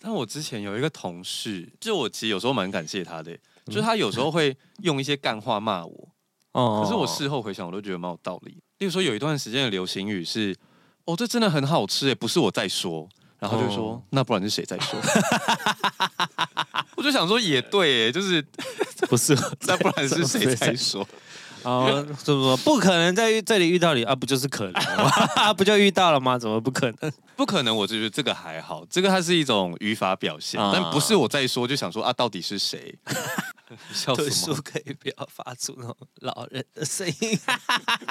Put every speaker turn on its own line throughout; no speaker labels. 但我之前有一个同事，就我其实有时候蛮感谢他的，欸就是他有时候会用一些干话骂我，
哦
可是我事后回想，我都觉得蛮有道理。例如说，有一段时间的流行语是“哦，这真的很好吃诶，不是我在说”，然后就说“
哦
那不然是谁在说？” 我就想说也对诶，欸就是
哦不是
那不然是谁在说？
哦，是不是不可能在这里遇到你啊？不就是可能 吗？啊不就遇到了吗？怎么不可能？
不可能，我就觉得这个还好，这个它是一种语法表现，
啊
但不是我在说，就想说啊，到底是谁？笑
对
什
叔
么？
可以不要发出那种老人的声音。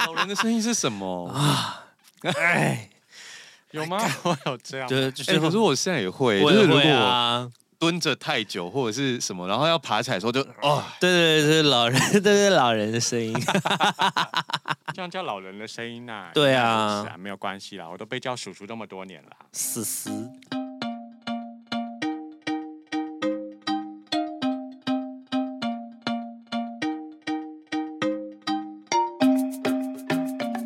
老人的声音是什么？
哎，
有 吗？我有这样吗，
就就
哎、
是
可是我现在也会，
我
就是
也
如果
会
我
啊，
蹲着太久或者是什么，然后要爬起来的时候就哦，
对对对，是老人，对对老人的 声音。
这样叫老人的声音呐、
对
应该
啊
不是啊，没有关系啦，我都被叫叔叔这么多年了。
思思，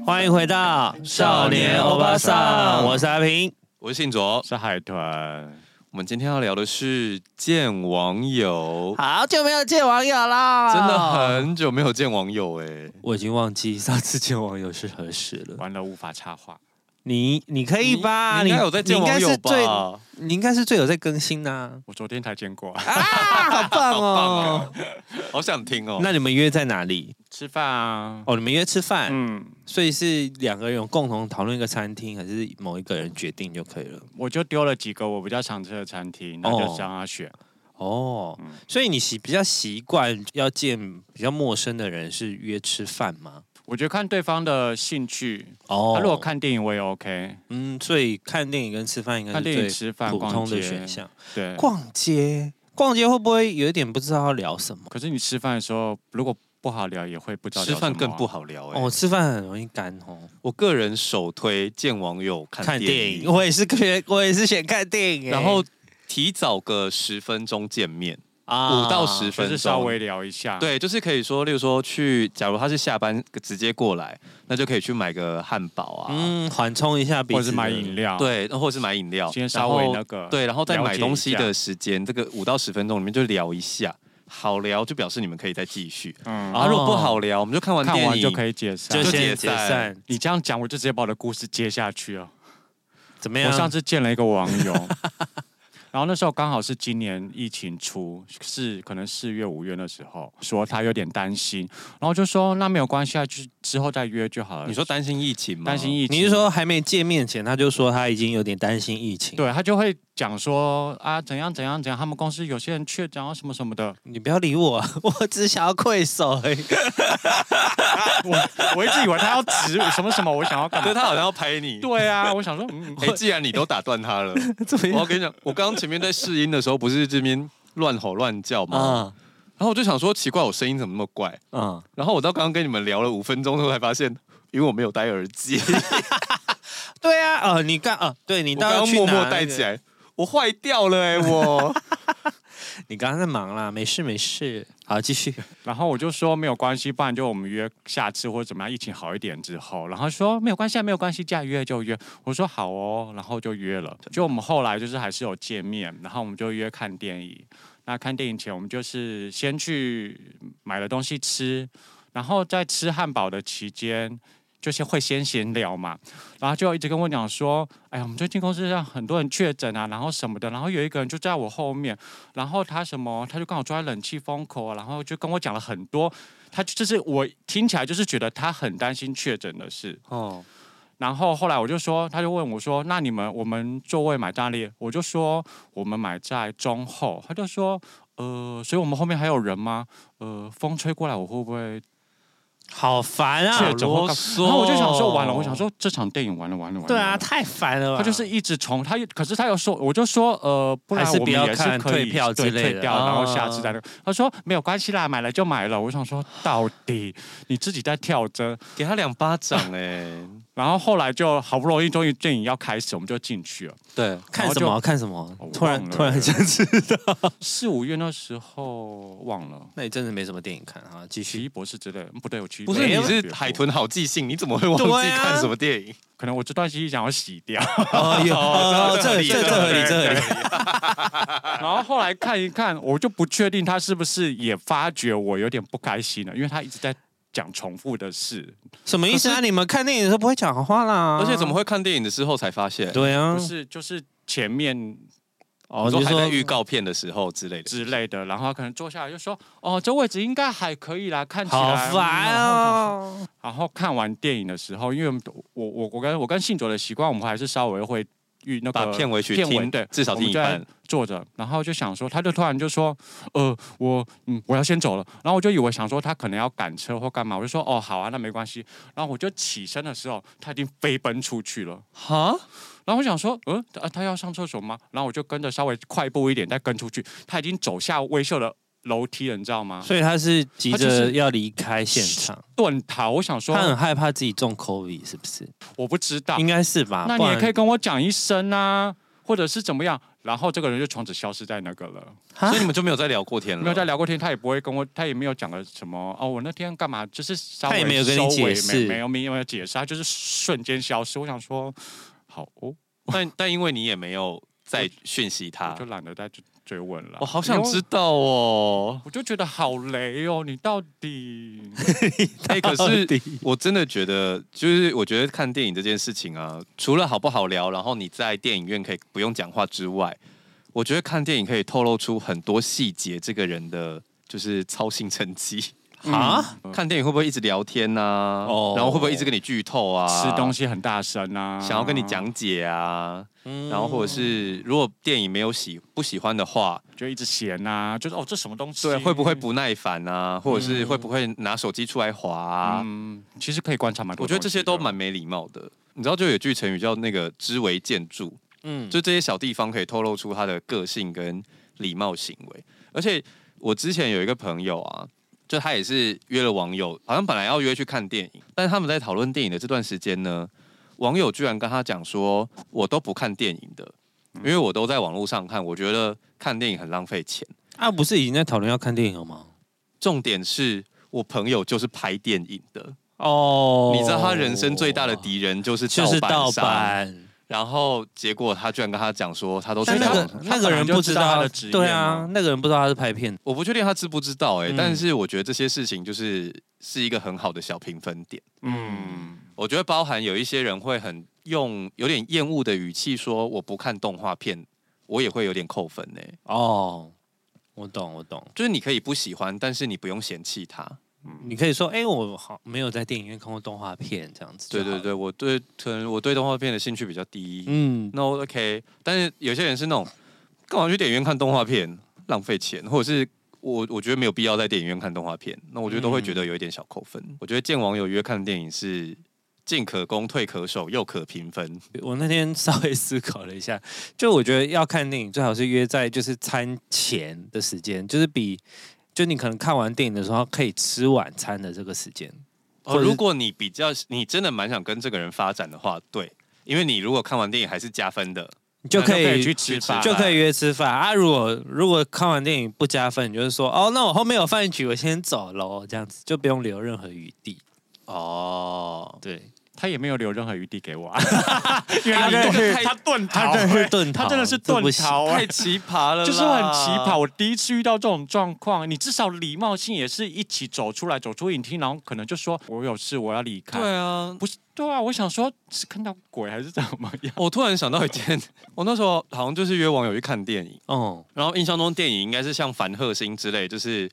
欢迎回到少年欧巴桑，我是阿平。
我是信卓。
是海豚，
我们今天要聊的是见网友，
好久没有见网友啦，
真的，很久没有见网友哎、
我已经忘记上次见网友是何时了。
完了无法插话。
你你可以吧？
你你应该有在见
你应
网
该
友
是最
吧？
你应该是最有在更新呐、
我昨天才见过，
啊，好棒哦！
好想听哦。
那你们约在哪里？
吃饭啊。
哦，你们约吃饭，
嗯，
所以是两个人有共同讨论一个餐厅，还是某一个人决定就可以了？
我就丢了几个我比较常吃的餐厅，那就让他选。
哦，
嗯
所以你习比较习惯要见比较陌生的人是约吃饭吗？
我觉得看对方的兴趣，
哦
他、如果看电影我也 OK，
嗯，所以看电影跟吃饭应该
看
是
电影、
最
吃饭、
普
逛
通的
街，
选项。
对。
逛街，逛街会不会有一点不知道要聊什么？
可是你吃饭的时候，如果不好聊，也会不知道
吃饭更不
好。
好聊哎、
哦，吃饭很容易干哦。
啊我个人首推见网友看
看
电
电
影，
影，我也是选，我也是选看电影欸。
然后提早个十分钟见面，
啊
5到10
就是稍微聊一下，，
对，就是可以说，例如说去，假如他是下班直接过来，那就可以去买个汉堡啊，
嗯，缓冲一下彼
或
此的，
者是买饮料，，
对，或者是买饮料，
先
然
稍
后
微那个，
对，然后在
了
买
解
东
一
西
下
的时间，这个五到十分钟里面就聊一下，好聊就表示你们可以再继续。
嗯，
啊，如果不好聊，我们就看完
看
电
完
影
就可以解散
就。
是
先解
就解
散
散，
你这样讲，我就直接把我的故事接下去了。
怎么
我
样？
上次见了一个网 友，然后那时候刚好是今年疫情初，是可能四月、五月那时候，说他有点担心，然后就说那没有关系啊，就之后再约就好了。
你说担心疫情吗？
担心疫情，
你是说还没见面前，他就说他已经有点担心疫情？，
对他就会讲说啊怎样怎样怎样，他们公司有些人确诊啊什么什么的。
你不要理我， 我只想要快手而已。
我我一直以为他要指什么什么，我想 要干
对
嘛？
他好像要拍你。
对啊，我想说， 嗯，
哎、既然你都打断 他了，
怎么
我要？跟你讲，我刚刚前面在试音的时候，不是这边乱吼乱叫
嗯
吗？
啊
然后我就想说，奇怪，我声音怎么那么怪？
嗯，
然后我到刚刚跟你们聊了五分钟之后，才发现，因为我没有戴耳机，
对啊，哦，你刚啊，对你
我
到
刚
底
刚
要去
默
拿
默
那
戴
个
起，来，我坏掉了哎、 我
你刚刚在忙啦，没事没事。好，继续。
然后我就说没有关系，不然就我们约下次或者怎么样，疫情好一点之后。然后说没有关系，啊，没有关系，这样约就约。我说好哦，然后就约了。就我们后来就是还是有见面，然后我们就约看电影。那看电影前，我们就是先去买了东西吃，然后在吃汉堡的期间。就是会先闲聊嘛，然后就一直跟我讲说，哎呀，我们最近公司上很多人确诊啊，然后什么的，然后有一个人就在我后面，然后他什么，他就刚好坐在冷气风口啊，然后就跟我讲了很多，他就就是我听起来就是觉得他很担心确诊的事。
哦，
然后后来我就说，他就问我说，那你们我们座位买在哪里？我就说我们买在中后，他就说，呃，所以我们后面还有人吗？呃，风吹过来，我会不会
好烦啊！
确诊或干
嗦
然后我就想说，完了，我想说这场电影完了，完了，完了。
对啊，太烦了吧。
他就是一直重，他又可是他又说，我就说呃，不然
还是
我
不
们
要
也是
看
可
退
以
票
对
之类的
退票，然后下次
啊
再那个。他说没有关系啦，买了就买了。我想说到底你自己在跳针，
给他两巴掌哎、
然后后来就好不容易，终于电影要开始，我们就进去了。
对，
看什
然后
么看什么
我忘，
突然
了
突然很想知道。
四五月那时候忘了，
那你真的没什么电影看啊？继
奇异博士之类的，嗯不对，我奇 异
不
博
是
士
你
没有别
是
的
海，豚好记性，你怎么会忘
对
记
啊
看什么电影？
可能我这段记忆想要洗掉。
哦，有哦，这这这合理，这合理。
然后后来看一看，我就不确定他是不是也发觉我有点不开心了，因为他一直在讲重复的事，
什么意思啊？你们看电影的时候不会讲话啦？
而且怎么？会看电影的时候才发现？
对啊
不，是就是前面
哦
你说
就是
还在预告片的时候之类的。
之类的，然后他可能坐下来就说：“哦，这位置应该还可以啦，看起来。”嗯
好烦！哦。
然后看完电影的时候，因为我我我跟我跟信卓的习惯，我们还是稍微会遇那
把
个
片尾曲
片尾
听
对，
至少
我
听
们
一
就在
半。
坐着，然后就想说，他就突然就说，呃，我嗯，我要先走了。然后我就以为想说他可能要赶车或干嘛，我就说哦，好啊，那没关系。然后我就起身的时候，他已经飞奔出去了。
哈，
然后我想说，嗯、啊，他要上厕所吗？然后我就跟着稍微快步一点再跟出去，他已经走下微秀的楼梯了，你知道吗？
所以他是急
他就
着
是
要离开现场，
遁逃，我想说
他很害怕自己中 COVID 是不是？
我不知道，
应该是吧？
那
不
你
然
也可以跟我讲一声啊，或者是怎么样。然后这个人就从此消失在那个了。
啊
所以你们就没有再聊过天了？
没有在聊过天，他也不会跟我，他也没有讲了什么哦，我那天干嘛，就是稍微
他也没有跟你
收
解
尾
释
没没有没有解释，他就是瞬间消失。我想说，好哦，
但但因为你也没有再讯息他
我就，懒得再追追问了。
啊我好想知
因为
道哦
我，。我就觉得好雷哦，你到底
哎、可是我真的觉得，就是我觉得看电影这件事情啊，除了好不好聊，然后你在电影院可以不用讲话之外，我觉得看电影可以透露出很多细节，这个人的就是操心成绩。
啊？
嗯
看电影会不会一直聊天呐、啊？
哦
然后会不会一直跟你剧透啊？
吃东
西，
西很大声啊，嗯
想要跟你，讲解啊？然后或者是如果电影没有喜不喜欢的话，
就一直嫌啊，就是哦这什么东西，
对，会不会不耐烦啊？或者是会不会拿手机出来滑、啊？
嗯，其实可以观察蛮多
我
东西
觉得
的，
这些都蛮没礼貌的。你知道，就有句成语叫那个“知为建筑”，
嗯，
就这些小地方可以透露出他的个性跟礼貌行为。而且我之前有一个朋友啊，就他也是约了网友，好像本来要约去看电影，但是他们在讨论电影的这段时间呢，网友居然跟他讲说：“我都不看电影的，
嗯
因为我都在网络上看，我觉得看电影很浪费钱。
啊，不是已经在讨论要看电影了吗？
重点是我朋友就是拍电影的，
哦
你知道他人生最大的敌人就是
就是盗
盗商
版，
然后结果他居然跟他讲说，他都
但
知道，
那个那个人不知
他本来就知道他
道
的职，业
对啊
嘛，
那个人不知道他是拍片，
我不确定他知不知道哎、
嗯
但是我觉得这些事情就是是一个很好的小评分点。
嗯。
我觉得包含有一些人会很用有点厌恶的语气说我不看动画片，我也会有点扣分呢、
哦，我懂，我懂。
就是你可以不喜欢，但是你不用嫌弃他。
你可以说，哎、我好没有在电影院看过动画片这样子。
对对，对，我对可能我对动画片的兴趣比较低。
嗯，
那 OK，但是有些人是那种干嘛去电影院看动画片，浪费钱，或者是我我觉得没有必要在电影院看动画片，那我觉得都会觉得有一点小扣分。我觉得见网友约看电影是进可攻退可守又可平分，
我那天稍微思考了一下，就我觉得要看电影最好是约在就是餐前的时间，就是比就你可能看完电影的时候可以吃晚餐的这个时间。或
哦，
者是
如果你比较你真的蛮想跟这个人发展的话，对，因为你如果看完电影还是加分的，
你就可
那就可
以
以去吃饭
就可以约吃饭啊。如果如果看完电影不加分，你就是说哦，那我后面有饭局，我先走喽，这样子就不用留任何余地。
哦。
对，
他也没有留任何余地给我、啊，因为
他
他
真的
遁
是
他遁逃
他真的是遁逃，
他真的是
这不
遁
行
逃啊
太，奇葩了啦，
就是很奇葩。我第一次遇到这种状况，你至少礼貌性也是一起走出来，走出影厅，然后可能就说我有事，我要离开。
对啊，
不是对啊，我想说是看到鬼还是怎么样？
我突然想到一件， 我那时候好像就是约网友去看电影，
哦，
然后印象中电影应该是像凡鹤星之类，就是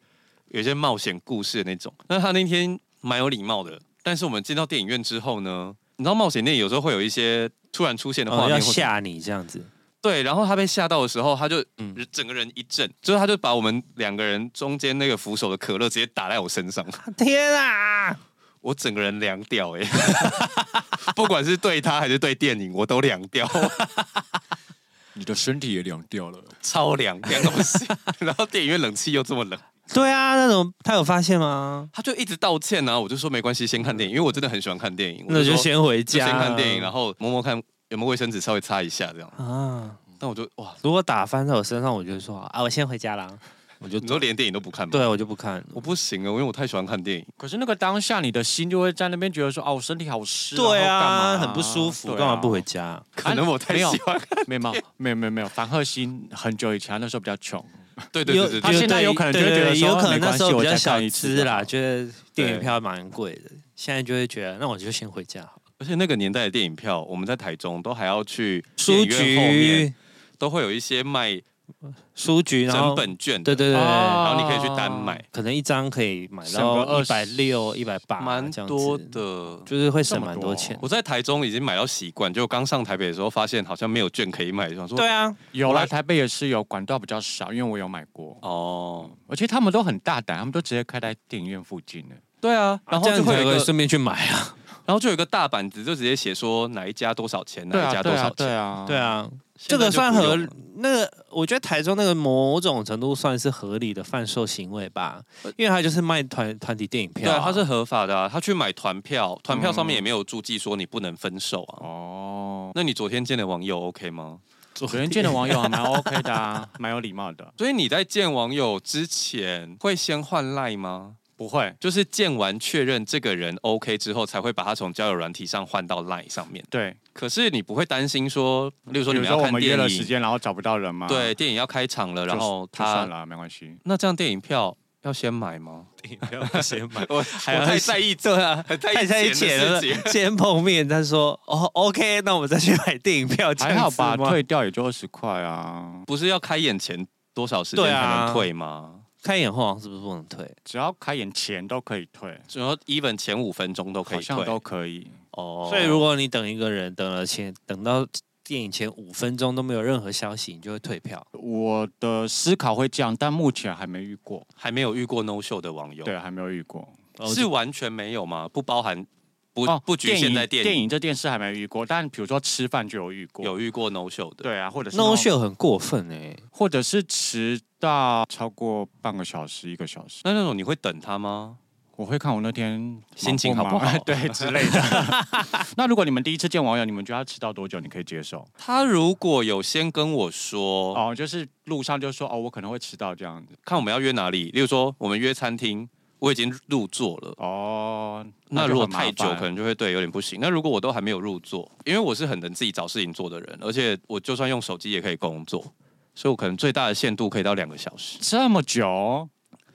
有一些冒险故事的那种。那他那天蛮有礼貌的，但是我们进到电影院之后呢，你知道冒险电影有时候会有一些突然出现的画
哦
面，
要
或者
吓你这样子。
对，然后他被吓到的时候，他就
嗯
整个人一震，就是他就把我们两个人中间那个扶手的可乐直接打在我身上，
天啊！
我整个人凉掉哎、 不管是对他还是对电影，我都凉掉，
你的身体也凉掉了，
超凉，凉到不行。然后电影院冷气又这么冷，
对啊，那种他有发现吗？
他就一直道歉啊，我就说没关系，先看电影，因为我真的很喜欢看电影，我
那就
说
先啊回
就
家，
先看电影，然
后
后摸摸看有没有卫生纸，稍微擦一下这样。
啊。
但我就哇，
如果打翻在我身上，我就说啊，我先回家啦，我就
你说连电影都不看吗？，
对我就不看。
我不行啊，因为我太喜欢看电影。
可是那个当下，你的心就会在那边觉得说，哦，我身体好湿，
对
然后干嘛
啊，很不舒服，干嘛不回？家？
可能我太
没有
喜欢看，
对啊没有，没有，没有，没有。凡鹤星很久以前他那时候比较穷，
对对对对
他
对，
现在有可能就
对
会
对
觉得
对
说
有可能
没
那
关
时
系
候比较
我再
小
看一次
资
就
啦，
好
觉得电影
对
票蛮贵的，现在就会觉得那我就先回家好了。
而且那个年代的电影票，我们在台中都还要去
书
电影院后面
局，
都会有一些卖
书局，然后
整本卷的，
对对对对，
哦
然后你可以去单买，
啊可能一张可以买
省个
到一百
20
六、一百八，
蛮多，的。
就是会
这
省
么
蛮
多
多钱。
我在台中已经买到习惯，就刚上台北的时候发现好像没有券可以买，就想说
对啊，
有
我
来
还
台北也是有，管道比较少，因为我有买过。
哦，
而且他们都很大胆，他们都直接开在电影院附近的。
对啊，然后
这样
就会
才
有一
可以
个，
顺便去买啊。
然后就有一个大板子，就直接写说哪一家多少钱，
对
哪一
啊，
家
对
多
啊
少，
对
钱。
啊，
对啊，这
现在就
个算
不
合
用了，
那个我觉得台中那个某种程度算是合理的贩售行为吧，因为它就是卖团团体电影
呃对
票、
啊，他是合法的啊，他去买团票，团票上面
嗯
也没有注记说你不能分手啊。
哦，
那你昨天见的网友 OK 吗？
昨天见的网友还蛮 OK 的啊，蛮有礼貌的。
所以你在见网友之前会先换赖吗？
不会，
就是见完确认这个人 OK 之后，才会把他从交友软体上换到 LINE 上面。
对，
可是你不会担心说，例如说
比
你
如
们要
说我
看
们约
电
了时
影，
间，然后找不到人嘛，
对，
就，
电影要开场了，然后
就算
他
了，没关 系。
那这样电影票要先买吗？，
电影票先买
我
还要
太在意这，啊，很在
太
意
在意
钱
钱
的
了
事情。，
先碰面，他说哦，OK，那我们再去买电影票，这
还
样
好
子
吧，
吗
退掉也就二十块 啊，
不是要开演前多少时间
对
才
啊
能退吗？
看演后好像是不是不能退？
只要开演前都可以退，
然后 even 前五分钟都可
好
以退
像都可以。
哦。
所以如果你等一个人等了前等到电影前五分钟都没有任何消息，你就会退票。
我的思考会这样，但目前还没遇过，
还没有遇过 no show 的网友，
对，还没有遇过。
是完全没有吗？不包含不、
哦
不局限在电
电影电影这件事还没遇过，但比如说吃饭就有遇过，
有遇过 no show 的，
对啊，或者是
no
那种
show 很过分哎、欸，
或者是迟到超过半个小时、一个小时，
那那种你会等他吗？
我会看我那天忙
心情好不
忙
好
对之类的。那如果你们第一次见网友，你们觉得他迟到多久，你可以接受？
他如果有先跟我说，
哦，就是路上就说哦，我可能会迟到这样子。
看我们要约哪里，例如说我们约餐厅，我已经入座了，
哦，
那
就
如果
很麻
太久
烦
可能就会对有点不行。那如果我都还没有入座，因为我是很能自己找事情做的人，而且我就算用手机也可以工作，所以我可能最大的限度可以到两个小时。
这么久，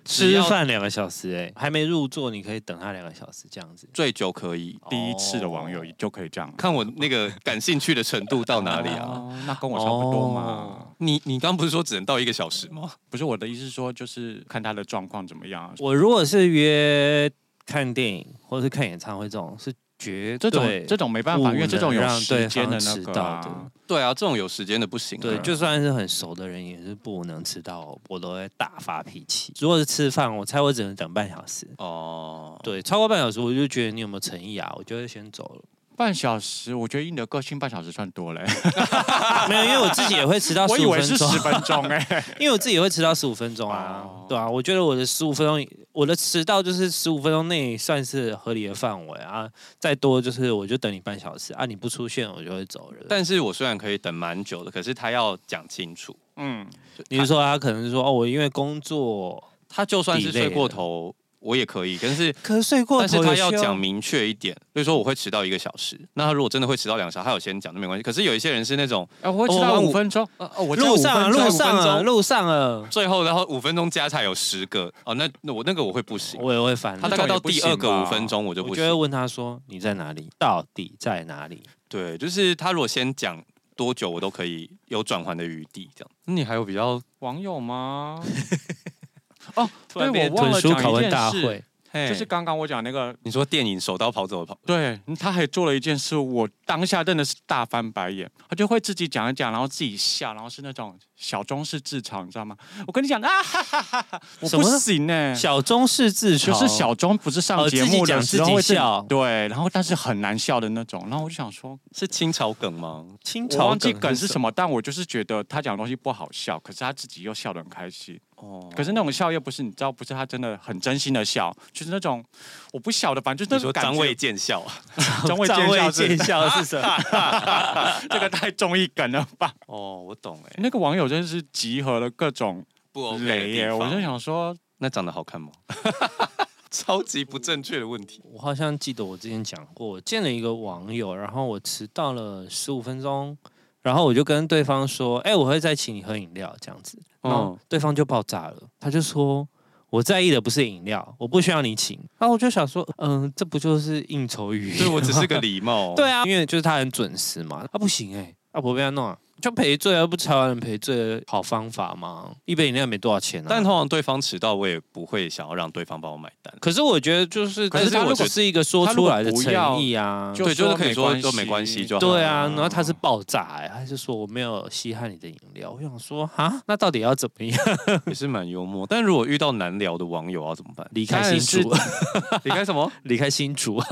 只
吃
要
饭两个小时哎、欸，还没入座你可以等他两个小时这样子。
最久可以
第一次的网友就可以这样。
看我那个感兴趣的程度到哪里 啊？
哦那跟我差不多嘛
哦。
你你刚不是说只能到一个小时吗？
不是我的意思是说，就是看他的状况怎么样。啊
我如果是约看电影或是看演唱会这种，是绝
这
对
种这种没办
不
法，
能
因为这种有
让
时
对
间的
方
那
迟
个、
到
啊
的。，
对啊，这种有时间的不行、啊。
对，
嗯
就算是很熟的人也是不能迟到，我都会大发脾气。如果是吃饭，我猜我只能等半小时。
哦，
对，超过半小时我就觉得你有没有诚意啊，我就会先走 了。
半小时，我觉得以你的个性，半小时算多嘞。
啊没有，因为我自己也会迟到
我以
十五
为
分
是
钟，啊
十分钟哎、
因为我自己也会迟到十五分钟啊，
哦
对啊，我觉得我的十五分钟，我的迟到就是十五分钟内算是合理的范围啊，再多就是我就等你半小时啊，你不出现我就会走人。
但是我虽然可以等蛮久的，可是他要讲清楚。
嗯，
你是说他可能是说哦，我因为工作，
他就算是睡
Delay
过
了
头，我也可以。但是
可是睡过
但是
头有
他
需，
要讲明确一点，比如说我会迟到一个小时。那他如果真的会迟到两小时，他有先讲就没关系。可是有一些人是那种
啊，我会
哦
迟到
我
五分钟。哦，哦我知道
路上啊，
五分
路
钟
上
五分
啊，
钟
路上啊，
最后然后五分钟加起来有十个哦，那那我那个我会不行。
我也会烦
他大
恼。
概到第二个五分钟我就
我
不
就会
行。
问他说你在哪里，到底在哪里？
对，就是他如果先讲多久，我都可以有转换的余地。这样，那你还有比较
网友 吗？哦，
突
对，
然
我
变
忘
成
了
豚书拷
讲一
问
件
大
事，
会，
就
就是
是
刚刚我讲那个，
你说电影手刀跑走的跑，
对，嗯他还做了一件事，我当下真的是大翻白眼。他就会自己讲一讲，然后自己笑，然后是那种小中式自嘲，你知道吗？我跟你讲啊， 哈哈哈哈，我
什
不
么
行呢、
小中式自嘲，
就是小钟不是上
哦
节
自己
目的
讲
时
自
候
己
会自己
笑
对，然后但是很难笑的那种。然后我就想说，
是清朝梗吗？
清
我
朝
忘记梗是
么？
什么，但我就是觉得他讲的东西不好笑，可是他自己又笑得很开心。
哦，
可是那种笑又不是你知道，不是他真的很真心的笑，就是那种我不晓得，反正就是
你说
那种感
张卫
觉。
健笑，啊
张卫
站
健
位
笑是
见笑是什么？
这个太中意梗了 吧？
哦，我懂哎、
那个网友真是集合了各种
不 OK 的
雷
地
耶，
方
我就想说，
那长得好看吗？ 超级不正确的问题。
我好像记得我之前讲过，我见了一个网友，然后我迟到了十五分钟，然后我就跟对方说：“哎、我会再请你喝饮料。”这样子，然后
嗯
对方就爆炸了，他就说。我在意的不是饮料，我不需要你请。然后我就想说，嗯、这不就是应酬语言
对我只是
吗
个礼 貌。
对啊，因为就是他很准时嘛。啊，不行哎、啊，不被他弄啊，就赔罪啊，不是台湾人赔罪的好方法吗？一杯饮料没多少钱啊。
但通常对方迟到，我也不会想要让对方帮我买 单。
可是我觉得就是，
可是
但
他
我
如果
只是一个说
他如
出
果
来的
不
诚
要
意啊。
嗯
就
对，就是
说
可以
没
说
关
就没关系
系
就好。
对啊，然后他是爆炸、欸，他就说我没有稀罕你的饮料。我想说，哈，那到底要怎么样
也是蛮幽默。但如果遇到难聊的网友要怎么办？
离开
当然是
新竹？
离开什么？
离开新竹啊，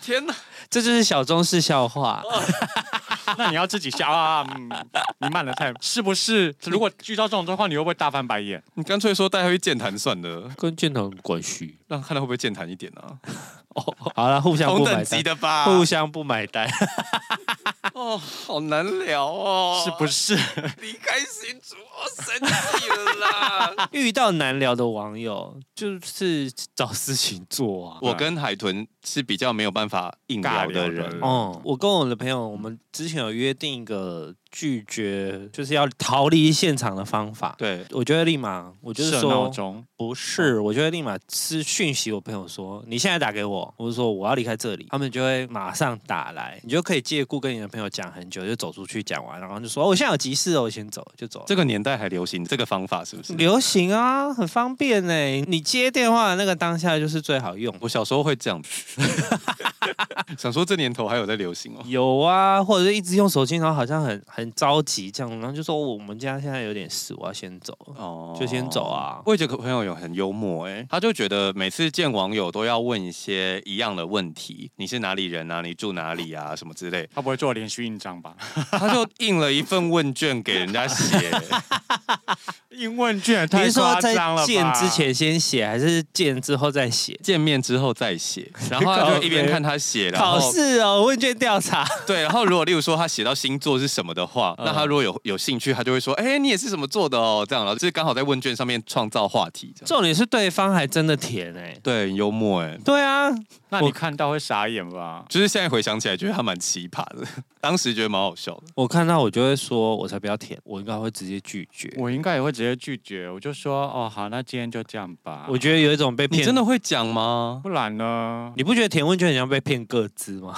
天哪！
这就是小中式笑话。
嗯那你要自己 笑啊，嗯你慢了太，是不是？如果遇到这种状况，你会不会大翻白眼？
你干脆说带他去健谈算了，
跟健谈有关系。
让他看他会不会健谈一点啊？
好了，互相
同
不买
等级
单，
的吧？
互相不买 单。
哦，好难聊哦，
是不
是？
是？
离开新竹，我生气了 啦！
遇到难聊的网友，就是找事情做啊。
我跟海豚是比较没有办法硬聊的
尬聊的
人
人，
哦、我跟我的朋友，我们之前有约定一个拒绝，就是要逃离现场的方法。
对，
我就会立马，我就是
设闹
说
钟，
不是，我就会立马私讯息我朋友说，你现在打给我，我就说我要离开这里，他们就会马上打来，你就可以借故跟你的朋友讲很久，就走出去讲完，然后就说、哦我现在有急事哦，我先走，就走了。
这个年代还流行这个方法，是不是？
流行啊，很方便呢、你接电话的那个当下就是最好用。
我小时候会这样， 想说这年头还有在流行哦。
有啊，或者是一直用手机，然后好像很很着急这样，然后就说哦我们家现在有点事，我要先走。
哦
就先走啊
我有几个朋友有很幽默、欸，他就觉得每次见网友都要问一些一样的问题，你是哪里人啊？你住哪里啊？什么之类，
他不会做连续印章吧？
他就印了一份问卷给人家 写、
英问卷
你
太
是说
夸
在
张了吧？
见之前先写，还是见之后再写？
见面之后再写，然后他就一边看他写，然
考
后
试哦，问卷调查。
对，然后如果例如说他写到星座是什么的话，那他
嗯
如果有有兴趣，他就会说，哎、你也是什么座的哦，这样，然后就是刚好在问卷上面创造话题，这样。
重点是对方还真的甜哎、
对，很幽默哎、
对啊，
那你看到会傻眼吧？
就是现在回想起来，觉得他蛮奇葩的， 当时觉得蛮好笑的。
我看到我就会说，我才不要舔，我应该会直接拒绝。我
我应该也会直接拒绝，我就说哦好，那今天就这样吧。
觉得有一种被
你
骗，
真的会讲吗？
不然呢？
你不觉得填问卷很像被骗个资吗？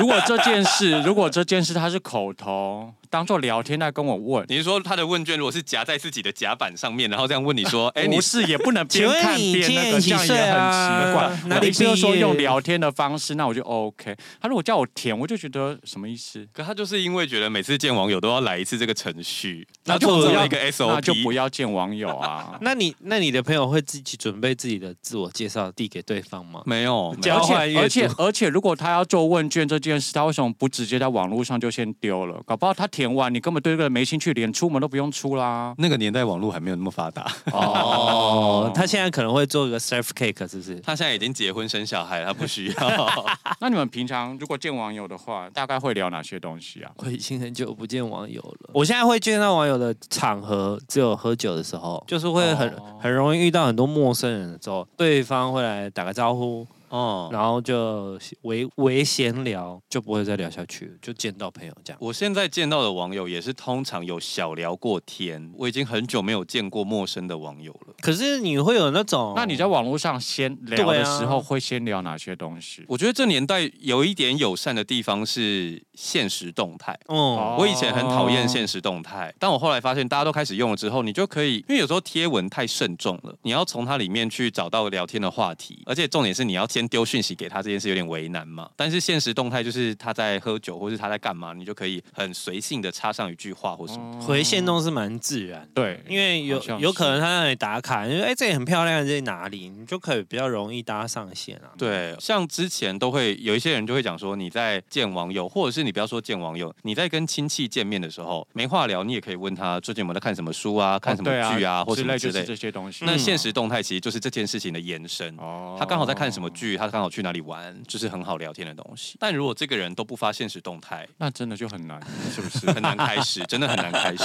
如果这件事， 如果这件事他是口头当做聊天在跟我问，
你是说他的问卷如果是夹在自己的甲板上面，然后这样问你 说，哎、
哎，
你
你是也不能
请
边
问
看
你
边
今
那
年
个，
几
这样也
岁啊
很奇怪。
哪
我的
里
意思就是说
毕业
用聊天的方式，那我就 OK。他如果叫我填，我就觉得什么意思？
可他就是因为觉得每次见网友都要来一次这个程序，
那
他创
就
造
不
了
要。
一个
那就不
SOP。
要见网友啊
那你那你的朋友会自己准备自己的自我介绍递给对方吗？
没有，没
交
有啊
而
换
且
阅
而且
读
而且，如果他要做问卷这件事，他为什么不直接在网络上就先丢了？搞不好他填完，你根本对这个人没兴趣，连出门都不用出啦。
那个年代网络还没有那么发达。
哦，他现在可能会做一个 self cake，是不是？
他现在已经结婚生小孩，他不需要。
那你们平常如果见网友的话，大概会聊哪些东西啊？
我已经很久不见网友了。我现在会见到网友的场合，只有喝酒的时候，就是会很、
哦
很容易遇到很多陌生人的时候，对方会来打个招呼，
哦，
然后就微微闲聊，就不会再聊下去了，就见到朋友这样。
我现在见到的网友也是通常有小聊过天，我已经很久没有见过陌生的网友了。
可是你会有那种，
那你在网络上先聊的时
对
候，
啊
会先聊哪些东西？
我觉得这年代有一点友善的地方是现实动态。
哦，
我以前很讨厌现实动态，但我后来发现大家都开始用了之后，你就可以，因为有时候贴文太慎重了，你要从它里面去找到聊天的话题，而且重点是你要先丢讯息给他这件事有点为难嘛。但是现实动态就是他在喝酒或是他在干嘛，你就可以很随性的插上一句话或什么。
回线动是蛮自然的。
哦对，
因为有
好像
有可
是
能他让你打卡，你就哎、这里很漂亮，这里哪里，你就可以比较容易搭上线 啊。
对，像之前都会有一些人就会讲说，你在见网友，或者是你不要说见网友，你在跟亲戚见面的时候没话聊，你也可以问他最近有没有在看什么书啊，看什么
哦对
剧啊，或什
之
么
类
之
就是
类。
这些东西。
那
嗯
现实动态其实就是这件事情的延伸。
哦
他刚好在看什么？剧，他刚好去哪里玩，就是很好聊天的东西。但如果这个人都不发现实动态，
那真的就很难，是不是？
很难开始，真的很难开始。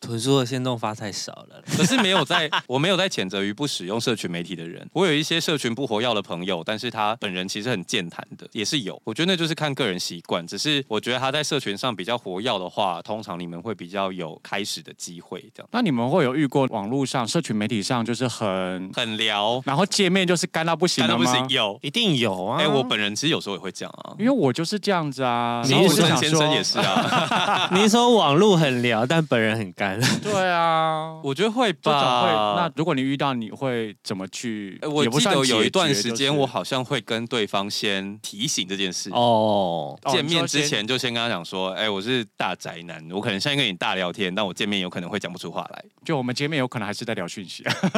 豚叔的线动发太少了，
可是没有在，我没有在谴责于不使用社群媒体的人。我有一些社群不活跃的朋友，但是他本人其实很健谈的，也是有。我觉得那就是看个人习惯，只是我觉得他在社群上比较活跃的话，通常你们会比较有开始的机会，这样
那你们会有遇过网络上、社群媒体上就是很，
很聊，
然后界面就是干到不行
干
了
到不
吗？
行有。
一定有啊。
哎、我本人其实有时候也会这样啊。
因为我就是这样子啊，
你
然后我
是
就
陈
想
先
说
生也是啊，
你说网络很聊，但本人很干。
对啊，
我觉得会
这种会。
吧。
那如果你遇到，你会怎么去？
呃我
也不
记
算
得
解
有一段
决
时
就
间，
是哦
我好像会跟对方先提醒这件事。
哦，
哦
见
你说
面之
先
前就先跟他讲说，哎、我是大宅男，我可能现在跟你大聊天，但我见面有可能会讲不出话来。
就我们见面有可能还是在聊讯息，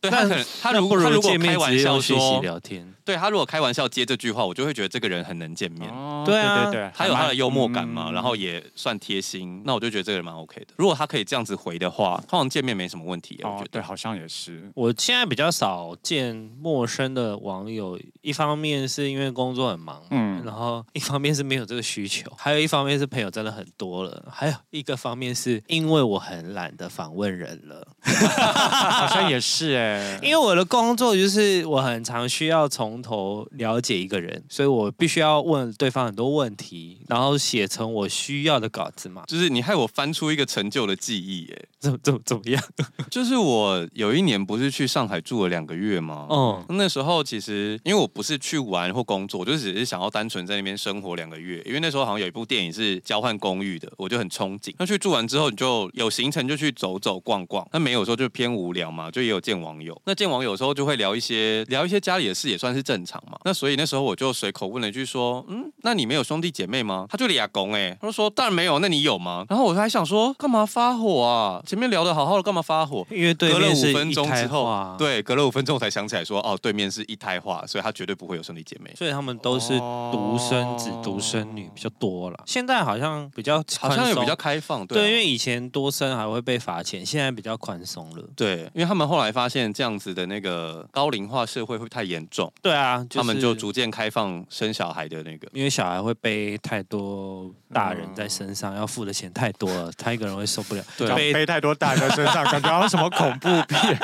对
那
他可能他如果
那
他
不
如果
见面
开玩笑
直接用讯息
说，
聊天，
对他如果开玩笑接这句话，我就会觉得这个人很能见面。
哦
对啊
对对对，
他有他的幽默感嘛，
嗯
然后也算贴心，那我就觉得这个人蛮 OK 的。如果他可以这样子回的话，通常见面没什么问题、我
哦
觉，
对，
得。
好像也是。
我现在比较少见陌生的网友，一方面是因为工作很忙。
嗯，
然后一方面是没有这个需求，还有一方面是朋友真的很多了，还有一个方面是因为我很懒得访问人了，
好像也是哎、
因为我的工作就是我很常需要从头了解一个人，所以我必须要问对方很多问题，然后写成我需要的稿子嘛，
就是你害我翻出一个陈旧的记忆，哎，
怎么怎么怎么样？
就是我有一年不是去上海住了两个月吗？
嗯，
那时候其实因为我不是去玩或工作，我就只是想要单纯在那边生活两个月。因为那时候好像有一部电影是交换公寓的，我就很憧憬。那去住完之后，你就有行程就去走走逛逛。那没有时候就偏无聊嘛，就也有见网友。那见网友的时候就会聊一些聊一些家里的事，也算是正常嘛。那所以那时候我就随口问了一句说，嗯，那你没有兄弟姐妹吗？他就俩公哎，他就说当然没有，那你有吗？然后我还想说干嘛发火啊？前面聊的好好的，干嘛发火？
因为对
隔了
面
五
是
分
一
钟
开
之后
化，，
对，隔了五分钟我才想起来说，哦，对面是一胎化，所以他绝对不会有兄弟姐妹。
所以他们都是独生子、独生女比较多了。现在好像比较
哦好
宽
像有
松
比较开放，对啊、
对，因为以前多生还会被罚钱，现在比较宽松了。
对，因为他们后来发现这样子的那个高龄化社会会太严重，
对啊，
他们就逐渐开放生小孩的那个。
因为小孩会背太多大人在身上，要付的钱太多了，他一个人会受不了。
嗯对啊
背
背太多大在身上，感觉好像什么恐怖片，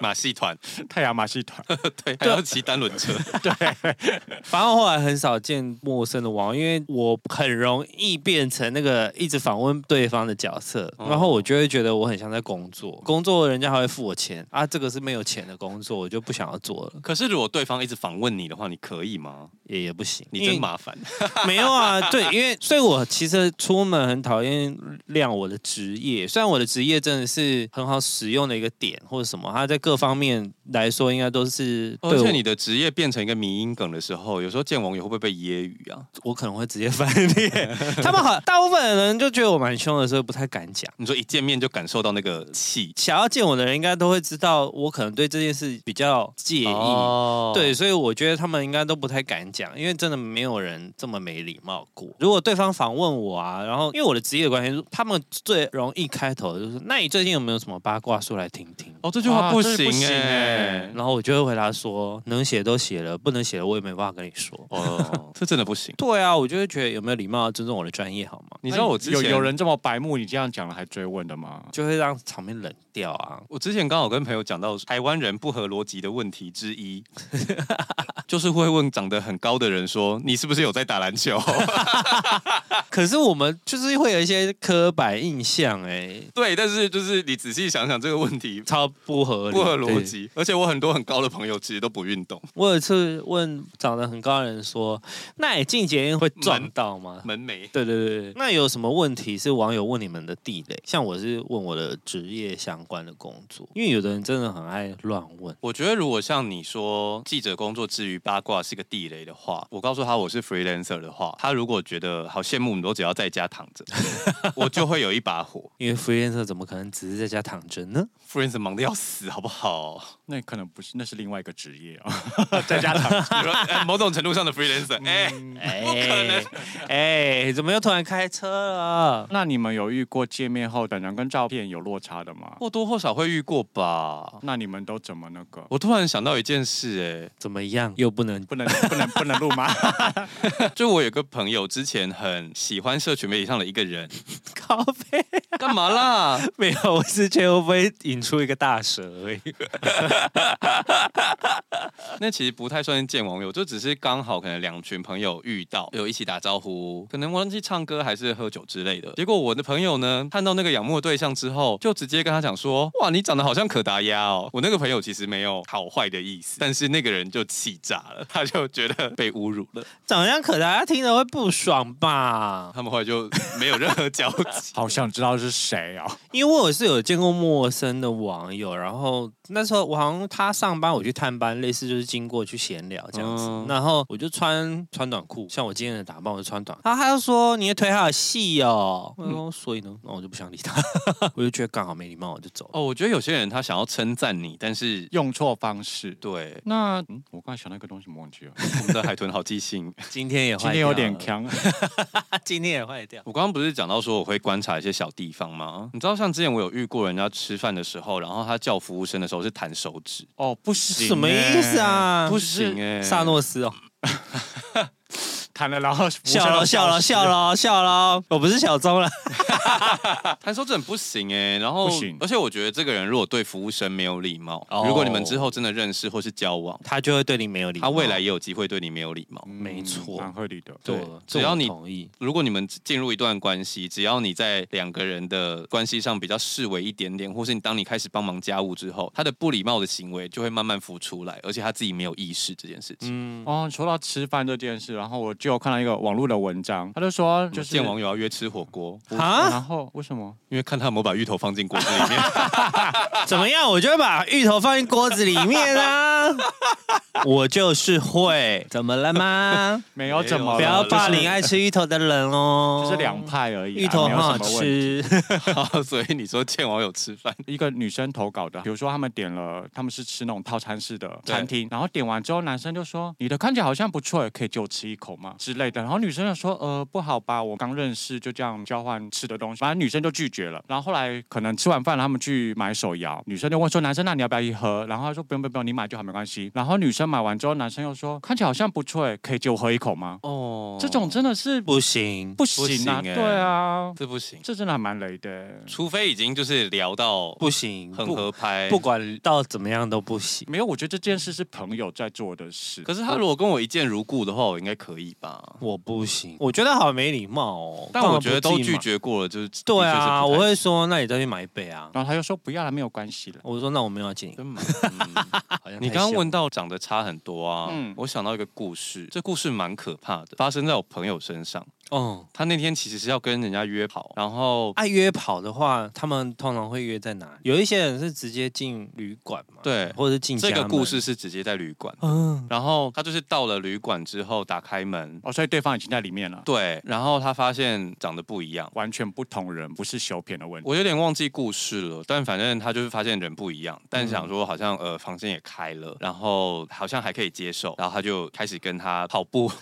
马戏团，
太阳马戏团。
啊
对，还要骑单轮 车，
反正后来很少见陌生的网友，因为我很容易变成那个一直访问对方的角色，
哦
然后我就会觉得我很像在工作，工作人家还会付我钱啊，这个是没有钱的工作，我就不想要做了，
可是如果对方一直访问你的话，你可以吗？
也也不行。
你真麻烦。
没有啊，对，因为所以，我其实出门很讨厌亮我的职业。虽然我的职业真的是很好使用的一个点，或者什么，它在各方面来说，应该都是对
而且
我，
哦你的职业变成一个迷因梗的时候，有时候见网友会不会被揶揄啊？
我可能会直接翻脸。 他们好，大部分人就觉得我蛮凶的，所以不太敢讲。
你说一见面就感受到那个气
想要见我的人，应该都会知道我可能对这件事比较介意。
哦
对，所以我觉得他们应该都不太敢讲，因为真的没有人这么没礼貌过。如果对方访问我啊，然后因为我的职业关系，他们最容易开头就是“那你最近有没有什么八卦说来听听
哦，这句话
啊
不
这
行
不行
哎、
哎”？
然后我就会回答说：“能写都写了，不能写的我也没办法跟你说。
哦， 这真的不行”。
对啊，我就会觉得有没有礼貌，尊重我的专业好吗？
你知道我之前
有有人这么白目，你这样讲了还追问的吗？
就会让场面冷掉啊。
我之前刚好跟朋友讲到台湾人不合逻辑的问题之 一，就是会问长得很高的人说：“你是不是有在打篮球
可是我们就是会有一些刻板印象哎、？”
对，但是就是你仔细想想这个问题，
超不合理，
不合逻
对。
辑。而且我很多很高的朋友其实都不运动，
我有一次问长得很高的人说：“那你进捷运会赚到吗
门楣？”。
对对对对，那有什么问题是网友问你们的地雷？像我是问我的职业相关的工作，因为有的人真的很爱乱问。
我觉得如果像你说记者工作之余八卦是个地雷的话，我告诉他我是 freelancer 的话，他如果觉得好羡慕你都只要在家躺着， 我就会有一把火。
因为 freelancer 怎么可能只是在家躺着呢？
freelancer 忙得要死，好不 好？
那可能不是，那是另外一个职业啊。
在家躺着，呃某种程度上的 freelancer，哎、
哎、哎，怎么又突然开车了？
那你们有遇过见面后本人跟照片有落差的吗？
或多或少会遇过吧。
那你们都怎么那个？
我突然想到一件事、哎。
怎么样？又不能
不能 不能不能录 吗？。
哎就我有个朋友，之前很喜欢社群媒体上的一个人，
靠背？
干嘛啦？
没有，我是觉得会不会引出一个大蛇而已。
那其实不太算是见网友，就只是刚好可能两群朋友遇到，有一起打招呼，可能忘记唱歌还是喝酒之类的。结果我的朋友呢，看到那个仰慕的对象之后，就直接跟他讲说：“哇，你长得好像可达鸭哦。”我那个朋友其实没有好坏的意思，但是那个人就气炸了，他就觉得被侮辱了，
长相可达，他听了会不爽吧？
他们后来就没有任何交集
好想知道是谁哦。
因为我是有见过陌生的网友，然后那时候我好像他上班，我去探班，类似就是经过去闲聊这样子，
嗯
然后我就穿穿短裤，像我今天的打扮，我就穿短，啊然后他就说你的腿好细哦，我说所以呢，那我就不想理他， 我就觉得刚好没礼貌，我就走了。
哦，我觉得有些人他想要称赞你，但是
用错方式。
对
那嗯，我刚才想到一个东西，我忘记了。
我们的海豚好记性。
今天也坏
今天有点，强，
今天也坏 掉。
我刚刚不是讲到说我会观察一些小地方吗？你知道，像之前我有遇过人家吃饭的时候，然后他叫服务生的时候是弹手指，
哦，不行，
什么意思？啊？
不行哎、
萨诺斯哦，
谈欸了，然后
笑了笑了笑，了笑了，我不是小钟了。
弹手指很不行哎、然后
不行
而且我觉得这个人如果对服务生没有礼貌，
哦
如果你们之后真的认识或是交往，
他就会对你没有礼貌。
他未来也有机会对你没有礼貌。
没错
嗯蛮合理的。
对
对，
只要你
这我同意，
如果你们进入一段关系，只要你在两个人的关系上比较视为一点点，或是你当你开始帮忙家务之后，他的不礼貌的行为就会慢慢浮出来，而且他自己没有意识这件事情。
嗯，
哦，说到吃饭这件事，然后我就有看到一个网络的文章，他就说
嗯
就
就是是
见网友要约吃火锅，
啊，
然后为什么？
因为看他有没有把芋头放进锅子里面。
怎么样？我就会把芋头放进锅子里面 啊，我就是会，怎么了吗？
没有怎么了，
不要霸
就
凌
是
爱吃芋头的人哦，
就是两派而已啊，
芋头
没
很
有什
好
么问题。
吃，
好所以你说见网友吃饭，
一个女生投稿的，比如说他们点了，他们是吃那种套餐式的
对
餐厅，然后点完之后，男生就说你的看起来好像不错，可以借我吃一口吗之类的，然后女生就说呃不好吧，我刚认识，就这样交换吃的东西，反正女生就拒绝了。然后后来可能吃完饭，他们去买手摇，女生就问说男生那你要不要一盒？然后他说不用不用不用，你买就好没关系。然后女生买完之后，男生又说看起来好像不错，可以借我喝一口吗？
哦
这种真的是不
不行，
不行啊，
不行欸
对啊，
这不行，
这真的还蛮雷的。
除非已经就是聊到
不行，
很
不
合拍。
不管到怎么样都不行。
没有，我觉得这件事是朋友在做的事。
可是他如果跟我一见如故的话，我应该可以吧？
我不行，我觉得好没礼貌哦。
但
干嘛
我觉得
不
都
自己
拒
买。
绝过了，就是
对
的确是
啊，
不太
我会说，那你再去买一杯啊。
然后他就说不要了，没有关系了。
我说那我没有要请啊你，
真忙。嗯
好像
你
太
刚刚
凶
问到长得差很多啊，
嗯
我想到一个故事，这故事蛮可怕的，发生在我朋友身上。
哦，
他那天其实是要跟人家约跑，然 后
爱约跑的话，他们通常会约在哪里？有一些人是直接进旅馆嘛，，
对
或者是进
这
家
个
门
故，事是直接在旅馆，
嗯，
然后他就是到了旅馆之后打开门，
哦，所以对方已经在里面了，
对，然后他发现长得不一样。
完全不同人，不是修片的问题。
我有点忘记故事了，但反正他就是发现人不一样，但想说好像呃房间也开了，然后好像还可以接受，然后他就开始跟他跑步，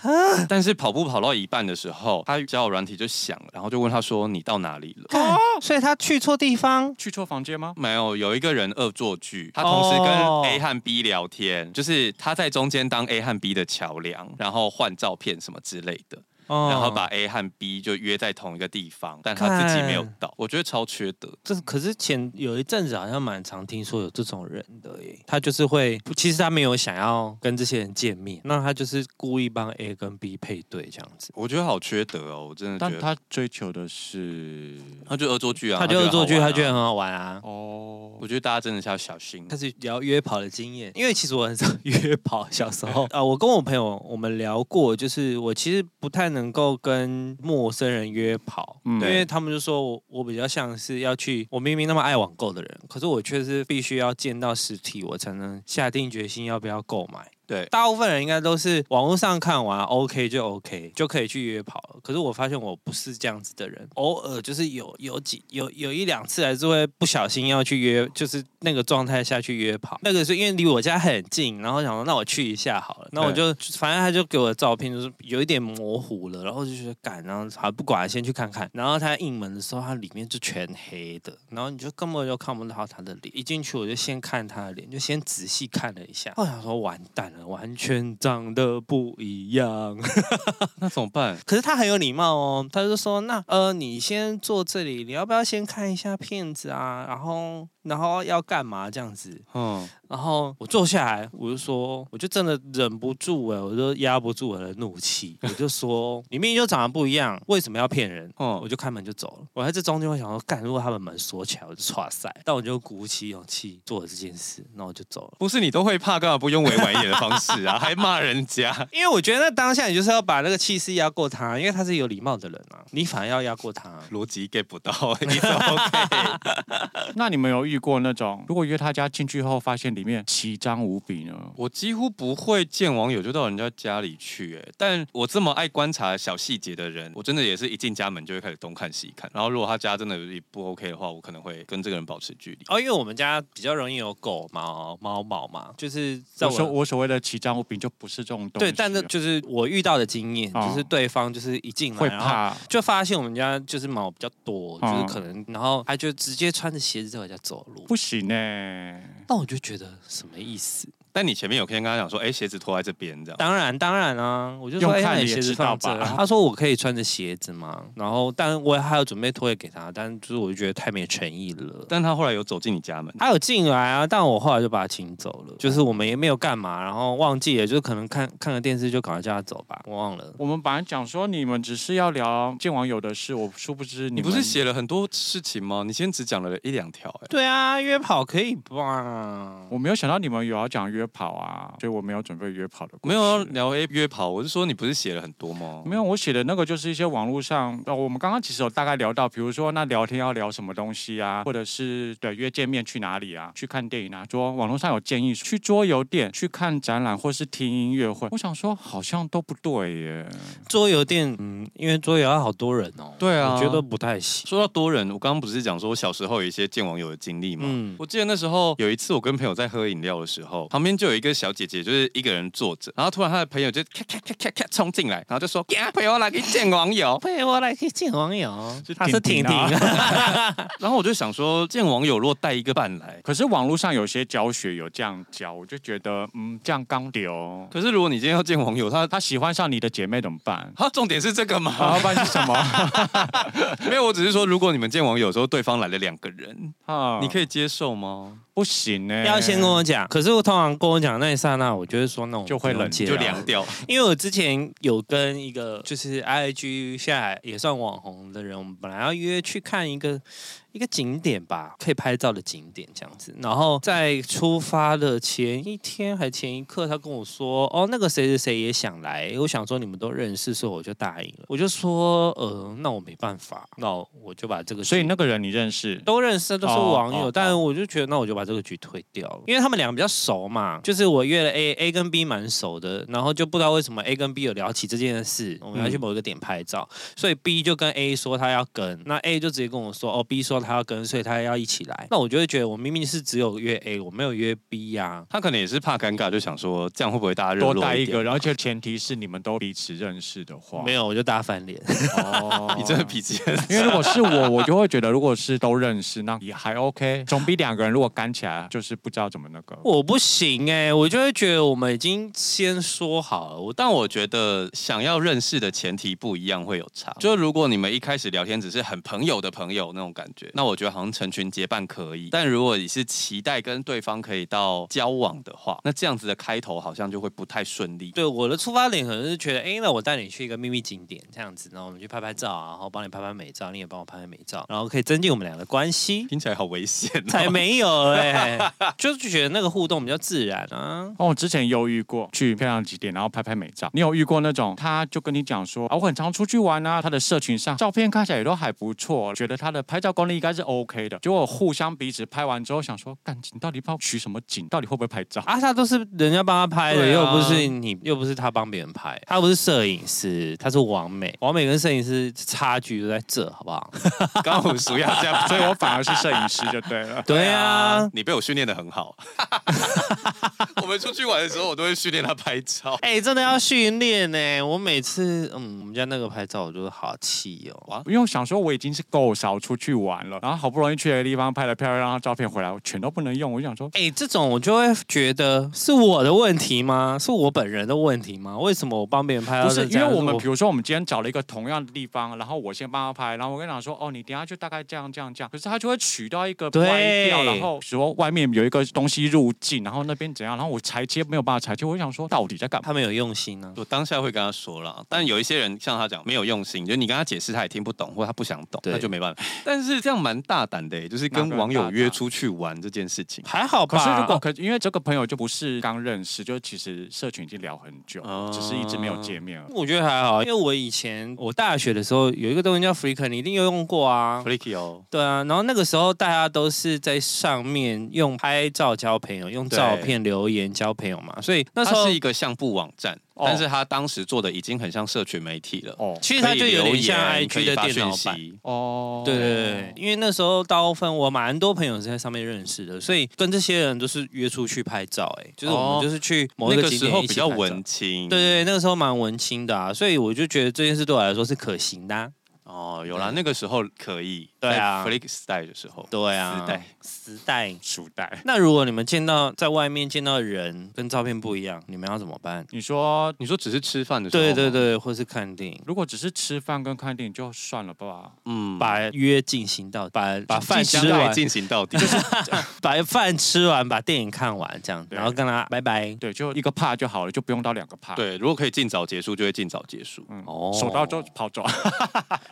但是跑步跑到一半的时候，他交友软体就响了，然后就问他说你到哪里了？
看，所以他去错地方，
去错房间吗？
没有，有一个人恶作剧，他同时跟
哦
A 和 B 聊天就是他在中间当 A 和 B 的桥梁，然后换照片什么之类的。
哦
然后把 A 和 B 就约在同一个地方，但他自己没有
看
到，我觉得超缺德。
这可是前有一阵子好像蛮常听说有这种人的耶，他就是会，其实他没有想要跟这些人见面，那他就是故意帮 A 跟 B 配对这样子，
我觉得好缺德哦，我真的觉
但
得。
他追求的是
他就恶作剧啊，
他就恶作剧，
好玩
他
啊
觉得很好玩啊。
哦
我，觉得大家真的是要小心
开。始聊约跑的经验，因为其实我很少 约跑，小时 候啊、我跟我朋友我们聊过，就是我其实不太能够跟陌生人约跑，
嗯
因为他们就说我我比较像是要去，我明明那么爱网购的人，可是我却是必须要见到实体，我才能下定决心要不要购买。
对，
大部分人应该都是网络上看完 OK 就 OK 就可以去约跑了。可是我发现我不是这样子的人，偶尔就是有有几有有一两次还是会不小心要去约，就是那个状态下去约跑。那个是因为离我家很近，然后想说那我去一下好了，那我就反正他就给我的照片就是有一点模糊了，然后我就觉得赶，然后好不管先去看看。然后他应门的时候，他里面就全黑的，然后你就根本就看不到他的脸。一进去我就先看他的脸，就先仔细看了一下，我哦想说完蛋了，完全长得不一样。
那怎么办？
可是他很有礼貌哦，他就说：“那呃，你先坐这里，你要不要先看一下片子啊？然后然后要干嘛这样子？”
嗯，
然后我坐下来，我就说，我就真的忍不住哎、我就压不住我的怒气，我就说，你明明就长得不一样，为什么要骗人？
哦
哦，我就开门就走了。我在这中间，我想说，干，如果他们门锁起来，我就唰塞。但我就鼓起勇气做了这件事，那我就走了。
不是你都会怕，干嘛不用委婉一点的方式 啊？还骂人家？
因为我觉得那当下你就是要把那个气势压过他，因为他是有礼貌的人啊，你反而要压过他。
逻辑 get 不到， 你怎么 OK？
那你们有遇过那种，如果约他家进去后发现里面奇张无比呢？
我几乎不会见网友就到人家家里去、哎，但我这么爱观察小细节的人，我真的也是一进家门就会开始东看西看。然后如果他家真的不 OK 的话，我可能会跟这个人保持距离。
哦，因为我们家比较容易有狗毛猫毛嘛，就是在
我
我
说我所谓的奇张无比就不是这种东西，啊
对，但是就是我遇到的经验，
哦
就是对方就是一进来
会，
然后
啊
怕
就发现我们家就是毛比较多，就
哦
是可能，然后他就直接穿着鞋子在我家走路，
不行呢、
那我就觉得什么意思？
但你前面有先跟他讲说，哎、鞋子脱在这边这样。
当然当然啊，我就说
用
哎，
看
那
的
你
也
鞋子
知道
放这
吧
啊，他说我可以穿着鞋子嘛，然后但我还有准备拖鞋给他，但就是我就觉得太没诚意了。
但他后来有走进你家门，
他有进来啊，但我后来就把他请走了，就是我们也没有干嘛，然后忘记了，就是可能看看个电视就赶快叫他走吧，我忘了。
我们本来讲说你们只是要聊见网友的事，我殊不知
你
你
不是
们
写了很多事情吗？你先只讲了一两条、哎。
对啊，约跑可以吧？
我没有想到你们有要讲约跑啊，所以我没有准啊备约跑的故事。
没有要聊 A 约跑，我是说你不是写了很多吗？
没有，我写的那个就是一些网络上，呃，我们刚刚其实有大概聊到，比如说那聊天要聊什么东西啊，或者是对约见面去哪里啊，去看电影啊，说网络上有建议去桌游店、去看展览或是听音乐会，我想说好像都不对耶，
桌游店，嗯，因为桌游要好多人哦，
对啊
我觉得不太行。
说到多人，我刚刚不是讲说我小时候有一些见网友的经历吗？
嗯，
我记得那时候有一次，我跟朋友在喝饮料的时候，旁边就有一个小姐姐，就是一个人坐着，然后突然她的朋友就咔咔咔咔咔冲进来，然后就说：“呀，陪我来去见网友。
陪我来去见网友
是，
他是
婷
婷
婷
婷
啊，
啊”
然后我就想说，见网友若带一个伴来，
可是网络上有些教学有这样教，我就觉得嗯，这样刚流，
可是如果你今天要见网友，他
她喜欢上你的姐妹怎么办？
他重点是这个
啊，
吗？
要不然是什么？
没有，我只是说，如果你们见网友的时候，对方来了两个人，
啊
你可以接受吗？
不行呢、
要先跟我讲。可是我通常跟我讲那一刹那，我就会说那我们
就会冷
不用
就
见了
凉掉。
因为我之前有跟一个就是 IG 现在也算网红的人，我们本来要约去看一个一个景点吧，可以拍照的景点这样子。然后在出发的前一天还前一刻，他跟我说：“哦，那个谁谁谁也想来。”我想说你们都认识，所以我就答应了。我就说：“呃，那我没办法，那我就把这个。”
所以那个人你认识，
都认识，都是网
哦
友，
哦
但我就觉得那我就把这个局推掉了，因为他们两个比较熟嘛，就是我约了 A，A 跟 B 蛮熟的，然后就不知道为什么 A 跟 B 有聊起这件嗯事，我们要去某一个点拍照，所以 B 就跟 A 说他要跟，那 A 就直接跟我说，哦，B 说他要跟，所以他要一起来。那我就会觉得我明明是只有约 A，我没有约 B 啊呀、
他可能也是怕尴尬，就想说这样会不会大家热
多
络
带一
点
个，然后而且前提是你们都彼此认识的话，
没有，我就大翻脸。
哦
你真的脾气很
因为如果是我，我就会觉得，如果是都认识，那也还 OK，总比两个人如果干起来，就是不知道怎么那个。
我不行哎、我就会觉得我们已经先说好了，我
我但我觉得想要认识的前提不一样会有差。就如果你们一开始聊天只是很朋友的朋友那种感觉，那我觉得好像成群结伴可以。但如果你是期待跟对方可以到交往的话，那这样子的开头好像就会不太顺利。
对我的出发点可能是觉得，哎，那我带你去一个秘密景点这样子，然后我们去拍拍照啊，然后帮你拍拍美照，你也帮我拍拍美照，然后可以增进我们俩的关系。
听起来好危险、哦，
才没有哎、就是觉得那个互动比较自然啊。
哦，我之前有遇过去漂亮景点，然后拍拍美照。你有遇过那种，他就跟你讲说，啊，我很常出去玩啊，他的社群上照片看起来也都还不错，觉得他的拍照功力应该是 OK 的。结果互相彼此拍完之后，想说，干，你到底帮我取什么景？到底会不会拍照？
啊，他都是人家帮他拍的，
对啊
又不是你，又不是他帮别人拍，他不是摄影师，他是王美，王美跟摄影师差距就在这，好不好？
刚好熟要这样。
所以我反而是摄影师就对了。
对啊，
你被我训练的很好。 我们出去玩的时候，我都会训练他拍照。
哎、真的要训练呢。我每次，嗯，我们家那个拍照，我就是好气哦。
因为我想说我已经是够少出去玩了，然后好不容易去的地方拍了漂亮的照片回来，我全都不能用。我就想说，
哎、这种我就会觉得是我的问题吗？是我本人的问题吗？为什么我帮别人拍到
不是，
这
因为
样
我们比如说我们今天找了一个同样的地方，然后我先帮他拍，然后我跟他讲说，哦，你等一下就大概这样这样这样，可是他就会取到一个
对
歪掉，然后说外面有一个东西入境，然后那边怎样，然后我裁切没有办法裁切，我就想说到底在干嘛？
他们有用心啊呢、
我当下会跟他说啦，但有一些人像他讲没有用心，就是你跟他解释他也听不懂，或他不想懂，
对
那就没办法。但是这样蛮大胆的耶，欸就是
哪
跟
个
网
大
友
胆
约出去玩这件事情。
还好吧。
可是如果可因为这个朋友就不是刚认识，就其实社群已经聊很久，
哦
只是一直没有见面而已。
我觉得还好，因为我以前我大学的时候有一个东西叫 Flickr，你一定有用过啊
f。l i k y 哦，
对啊，然后那个时候大家都是在上面用拍照交朋友，用
对
照片留言交朋友嘛，所以那时
它
候
是一个相簿网站，
哦
但是它当时做的已经很像社群媒体了。
哦
其实它就有点像
可以留言
IG 的
可以发
电脑
讯
版。
息
哦，
对对对，因为那时候大部分我蛮多朋友是在上面认识的，所以跟这些人都是约出去拍照、哎，就是我
哦
们就是去某
那
一个
个
景
时
点
候
一
比
起
较
拍照
文。青，
对对，对那个时候蛮文青的啊，所以我就觉得这件事对我来说是可行的啊、
哦，有啦，那个时候可以，
对啊
f l i k 时代的时候，
对啊，
时代
时代。
书袋。
那如果你们见到在外面见到的人跟照片不一样，你们要怎么办？
你说
你说只是吃饭的时候，
对对，对，或是看电影，
如果只是吃饭跟看电影就算了吧，
嗯，
把约进行到，把把饭
进
吃
行到底
完，
进行到底，
把饭吃完，把电影看完，这样，
对
然后跟他拜拜。
对，就一个怕就好了，就不用到两个 怕。，
对，如果可以尽早结束，就会尽早结束。
嗯，
哦
手到就跑走。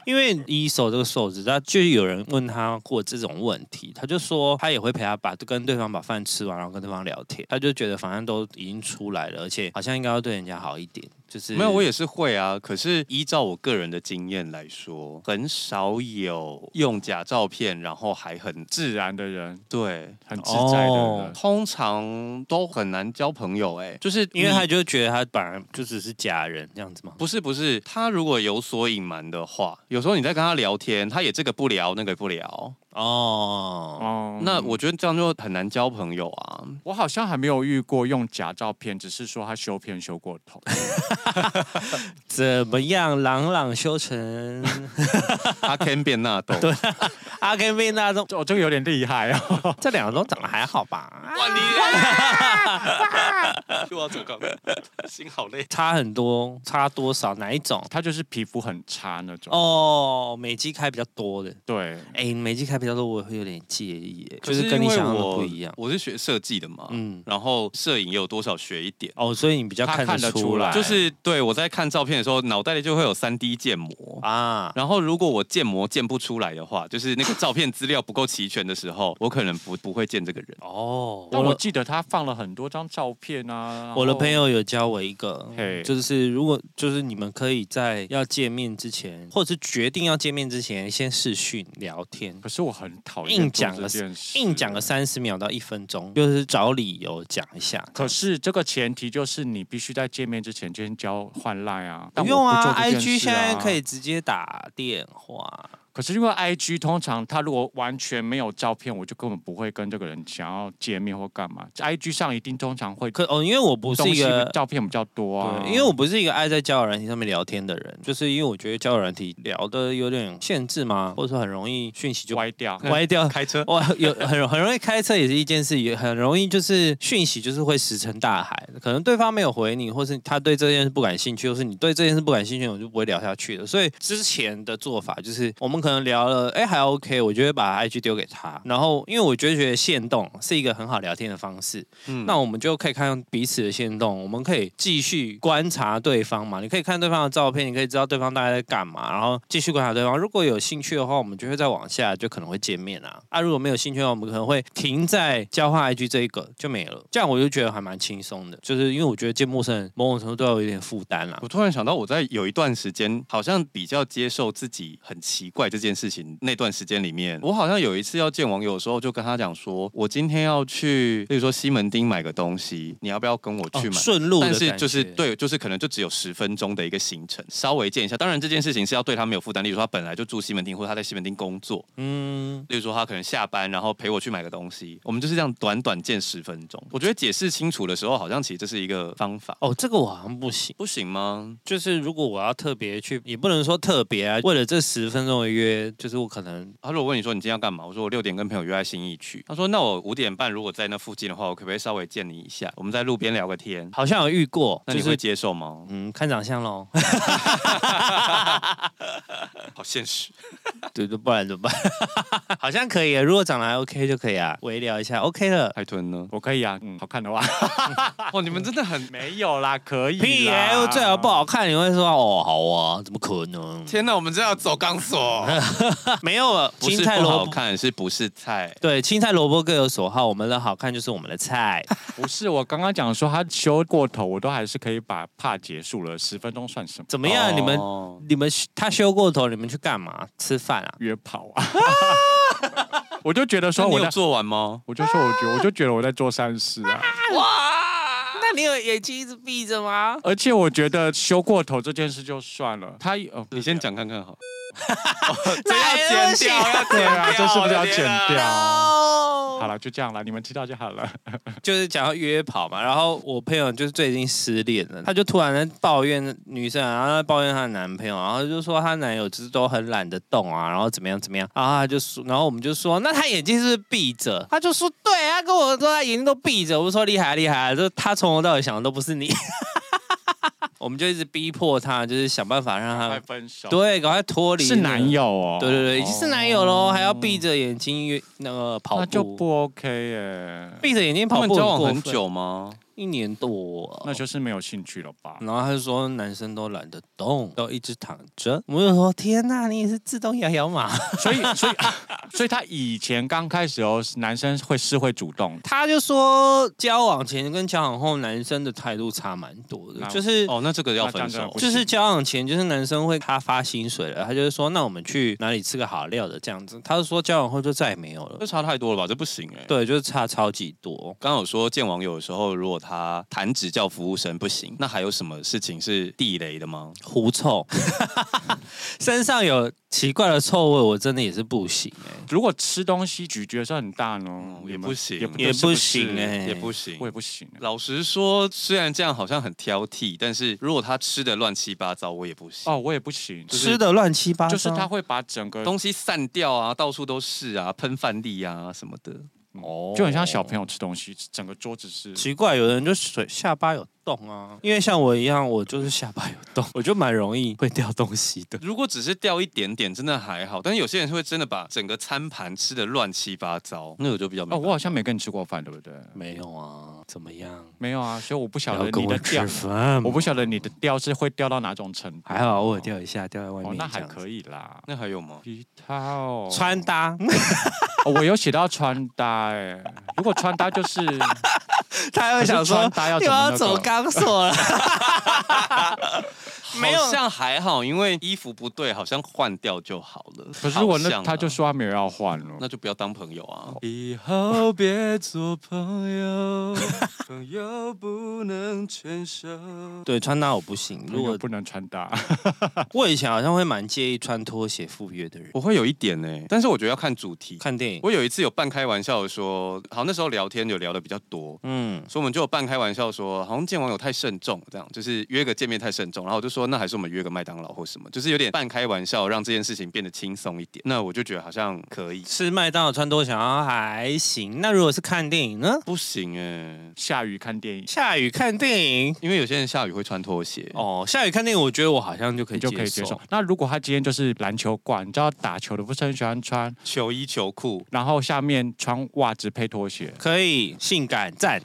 因为一手这个手指，他就有人问他过这种问题，他就说他也会陪他把跟对方把饭吃完，然后跟对方聊天。他就觉得反正都已经出来了，而且好像应该要对人家好一点，就是
没有，我也是会啊。可是依照我个人的经验来说，很少有用假照片，然后还很
自然的人，
对，
很自在的人
哦。
通常都很难交朋友、欸。哎，就是
因为
你
他就觉得他本来就只是假人这样子嘛。
不是不是，他如果有所隐瞒的话，有时候你在跟他聊天，他也这个不聊那个不聊，
哦，
哦
那我觉得这样就很难交朋友啊。
我好像还没有遇过用假照片，只是说他修片修过 头。
怎么样？朗朗修成
他 can 变 纳豆，对，
阿 Ken 贝那种，
这我这个有点厉害啊！
这两个都长得还好吧？
哇你， 又要走高，心好累。
差很多，差多少？哪一种？
他就是皮肤很差那种。哦，
哦，美肌开比较多的。
对，
哎、你每季开比较多，我会有点介意耶，
可
就是是跟你
因为
想象的
我
不一样。
我是学设计的嘛，
嗯，
然后摄影也有多少学一点。
哦，所以你比较
他
看
看得出
出
来
就是对我在看照片的时候，脑袋里就会有三 D 建模。
啊，
然后，如果我建模建不出来的话，就是那个照片资料不够齐全的时候，我可能不不会见这个人。
哦，
但
我
我
的
记得他放了很多张照片啊。
我的朋
友，
友有教我一个嗯
嘿，
就是如果就是你们可以在要见面之前，或者是决定要见面之前，先视讯聊天。
可是我很讨厌
硬讲
做
个
这件事，
硬讲个。三十秒到一分钟，就是找理由讲一下。
可是这个前提就是你必须在见面之前先交换赖啊。但
不
我
用
不
啊
做这件
，IG
事
现在可以。直接打电话。
可是因为 I G 通常他如果完全没有照片，我就根本不会跟这个人想要见面或干嘛。I G 上一定通常会
可哦，因为我不是
东
一
西
个。
照片比较多啊，
对，因为我不是一个爱在交友软体上面聊天的人，就是因为我觉得交友软体聊的有点限制嘛，或者说很容易讯息就
歪掉。
歪掉。
开车
哇，有很很容易开车也是一件事，也很容易就是讯息就是会石沉大海，可能对方没有回你，或是他对这件事不感兴趣，或是你对这件事不感兴趣，我就不会聊下去了。所以之前的做法就是，我们可能聊了，哎、还 OK，我就会把 IG 丢给他，然后因为我就觉得线动是一个很好聊天的方式，
嗯
那我们就可以看彼此的行动，我们可以继续观察对方嘛。你可以看对方的照片，你可以知道对方大概在干嘛，然后继续观察对方。如果有兴趣的话，我们就会再往下，就可能会见面啊。啊，如果没有兴趣的话，我们可能会停在交换 IG 这一个就没了。这样我就觉得还蛮轻松的，就是因为我觉得见陌生人某种程度都要有一点负担啊啦。
我突然想到，我在有一段时间好像比较接受自己很奇怪这件事情。那段时间里面，我好像有一次要见网友的时候，就跟他讲说，我今天要去，例如说西门町买个东西，你要不要跟我去
哦
买？
顺路的
但
感觉，
是就是对，就是可能就只有十分钟的一个行程，稍微见一下。当然这件事情是要对他没有负担，例如说他本来就住西门町，或者他在西门町工作，
嗯，
例如说他可能下班然后陪我去买个东西，我们就是这样短短见十分钟。我觉得解释清楚的时候，好像其实这是一个方法，
哦，这个我好像不行。
不行吗？
就是如果我要特别去，也不能说特别啊。为了这十分钟的约，就是我可能
他说我问你说你今天要干嘛？我说我六点跟朋友约在新义区。他说那我五点半如果在那附近的话，我可不可以稍微见你一下？我们在路边聊个天。
好像有遇过，
那
就
你会
是
接受吗？
嗯，看长相喽，
好现实。
对，就不然怎么办？ 好像可以，啊如果长得还 OK 就可以啊，微聊一下 OK 了。
海豚呢？
我可以啊，嗯，好看 的话
哦，你们真的 很
没有啦，可以啦。
屁耶！又最好不好看，你会说哦，好啊，怎么可能？
天哪！我们真的要走钢索，
没有了，
不是不
青菜萝
好
卜
看，是不是菜？
对，青菜萝卜各有所好，我们的好看就是我们的 菜。
不是我刚刚讲说他修过头，我都还是可以把怕结束了，十分钟算什么？
怎么样？你们
哦
你们他修过头，你们去干嘛？吃饭啊？
约炮 啊？我就觉得
那
说
你
我
有
在，
做完吗？
我就说我觉得我就觉得我在做善事啊。
那你有眼睛一直闭着吗？
而且我觉得修过头这件事就算了，他呃，
你先讲看看 好。
这要 剪掉要
对啊，这是不是要剪
啊
掉？
哦
好了，就这样了，你们知道就好了。
就是讲到约跑嘛，然后我朋友就是最近失恋了，她就突然在抱怨女生啊，然后在抱怨她的男朋友，然后就说她男友就是都很懒得动啊，然后怎么样怎么样，然后她就说，然后我们就说，那她眼睛是不是闭着？她就说，对，她跟我说她眼睛都闭着，我就说厉害厉害，就她从头到尾想的都不是你， 我们就一直逼迫她，就是想办法让她
分手，
对赶快脱离
是男
那个。
友哦。
对对对，已经是男友喽，
哦
还要闭着眼睛约那个跑步，
那就不 OK 耶，
闭着眼睛
他
跑
们
步
交往
过
很
分
久吗？
一年多，哦
那就是没有兴趣了吧？
然后他就说男生都懒得动，都一直躺着。我就说天呐，你也是自动摇摇马。。
所以，所以， 所以他以前刚开始哦，男生会是会主动
他就说交往前跟交往后男生的态度差蛮多的，
那
就是。
哦，那这个要分
那这样
手
子不。
就是
行
交往前，就是男生会他发薪水了，他就是说，那我们去哪里吃个好料的这样子。他就说交往后就再也没有了
这，差太多了吧？这不行哎、
对，就是差超级多。
刚刚有说见网友的时候，如果他弹指叫服务生不行，那还有什么事情是地雷的吗？
狐臭， 身上有奇怪的臭味，我真的也是不行哎、
如果吃东西咀嚼声很大呢，
也
你们
不行，
也
是
不
是
行哎
也不行
我。也不行。
老实说，虽然这样好像很挑剔，但是如果他吃的乱七八糟，我也不行。
哦，我也不行，就是
吃的乱七八糟，
就是他啊会把整个
东西散掉啊，到处都是啊，喷饭粒啊什么的。
哦
就很像小朋友吃东西，整个桌子是。
奇怪，有人就水下巴有洞啊，因为像我一样，我就是下巴有洞，我就蛮容易会掉东西的。
如果只是掉一点点，真的还好。但是有些人会真的把整个餐盘吃的乱七八糟，那我就比较没
哦，
办法
我好像没跟你吃过饭，对不对？
没有啊，怎么样？
没有啊，所以我不
不
晓
要
得
跟
你
我
的
吃
调，
饭，
我不晓得你的调是会调到哪种程度。
还好，我有掉一下，掉在外面、
哦，那还
以。
可以啦。
那还有吗？
皮套
穿搭，
哦，我有写到穿搭哎、如果穿搭就是
他又想说
可是穿搭要
又
怎么那个
要走钢索了，没有
好像还好，因为衣服不对，好像换掉就好了。
可是我
好
那
像啊
他就说他没有要换了，
那就不要当朋友啊！以后别做朋友，朋友不能牵手。
对穿搭我不行。
如
如
果
果
不能穿搭，
我以前好像会蛮介意穿拖鞋赴约的人，
我会有一点呢、但是我觉得要看主题。
看电影。
我有一次有半开玩笑地说，好，那时候聊天有聊的比较多，
嗯，
所以我们就有半开玩笑说，好像见网友太慎重，这样就是约个见面太慎重。然后我就说，那还是我们约个麦当劳或什么，就是有点半开玩笑，让这件事情变得轻松一点。那我就觉得好像可以，
吃麦当劳穿拖鞋好像哦还行。那如果是看电影呢？
不行哎、
下雨看电影
下雨看电影
因为有些人下雨会穿拖鞋。
哦，下雨看电影，我觉得我好像就可以
你就可以
接
接受
受。。，
那如果他今天就是篮球馆，你知道打球的不是很喜欢穿，
球衣球裤，
然后下面穿袜子配拖鞋
可以性感 赞，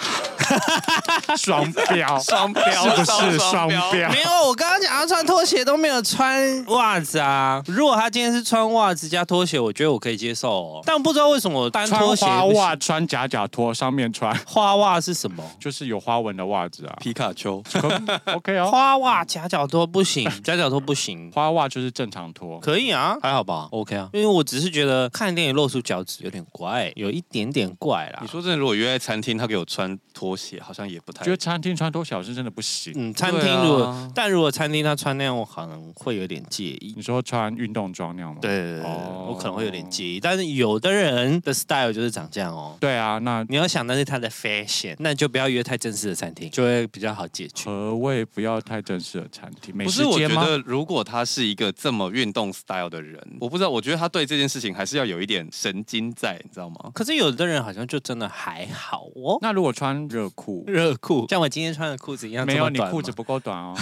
双标，
双标
是不是双
双标
标？
没有，我刚刚讲他穿拖鞋都没有穿袜子啊。如果他今天是穿袜子加拖鞋，我觉得我可以接受哦。但不知道为什么单拖
穿
鞋
花
不行
袜，穿假假拖，上面穿
花袜是什么？
就是有花纹的袜子啊。
皮卡丘，
可 OK 哦，
花袜夹脚拖不 行，夹脚拖不行。
花袜就是正常拖。
可以啊，还好吧，OK 啊，因为我只是觉得看电影露出脚趾有点怪，有一点点怪啦。
你说真的，如果约在餐厅，他给我穿拖鞋，好像也不太
觉得餐厅穿拖鞋是真的不行。
嗯，餐
对
厅
啊
如果，但如果餐厅他穿那样，我可能会有点介意。
你说穿运动装那样吗？
对对对对
哦
我可能会有点介意。但是有的人的 style 就是长这样哦。
对啊，那
你要想那是他的 fashion，那你就不要约太正式的餐厅，就会比较好解决。
何谓不要太正式的餐厅？美
不
食
是，我
街
觉
吗？
得如果他是一个这么运动 style 的人，我不知道，我觉得他对这件事情还是要有一点神经在，你知道吗？
可是有的人好像就真的还好哦。
那如果穿热裤，
热裤像我今天穿的裤子一样，
没
这
有
么
你
短
裤子
吗
不够 短哦。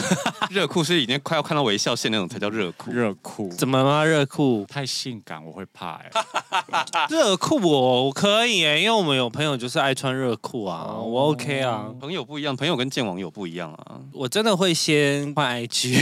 热裤是已经快要看到微笑线那种才叫热裤。
热裤，
怎么吗？热裤
太性感，我会怕 哎、
热裤哦我我可以耶，因为我们有朋友就是爱穿热裤啊，
哦
我 OK 啊。
朋友不一样，朋友跟见网友不一样啊。
我真的会先换 IG，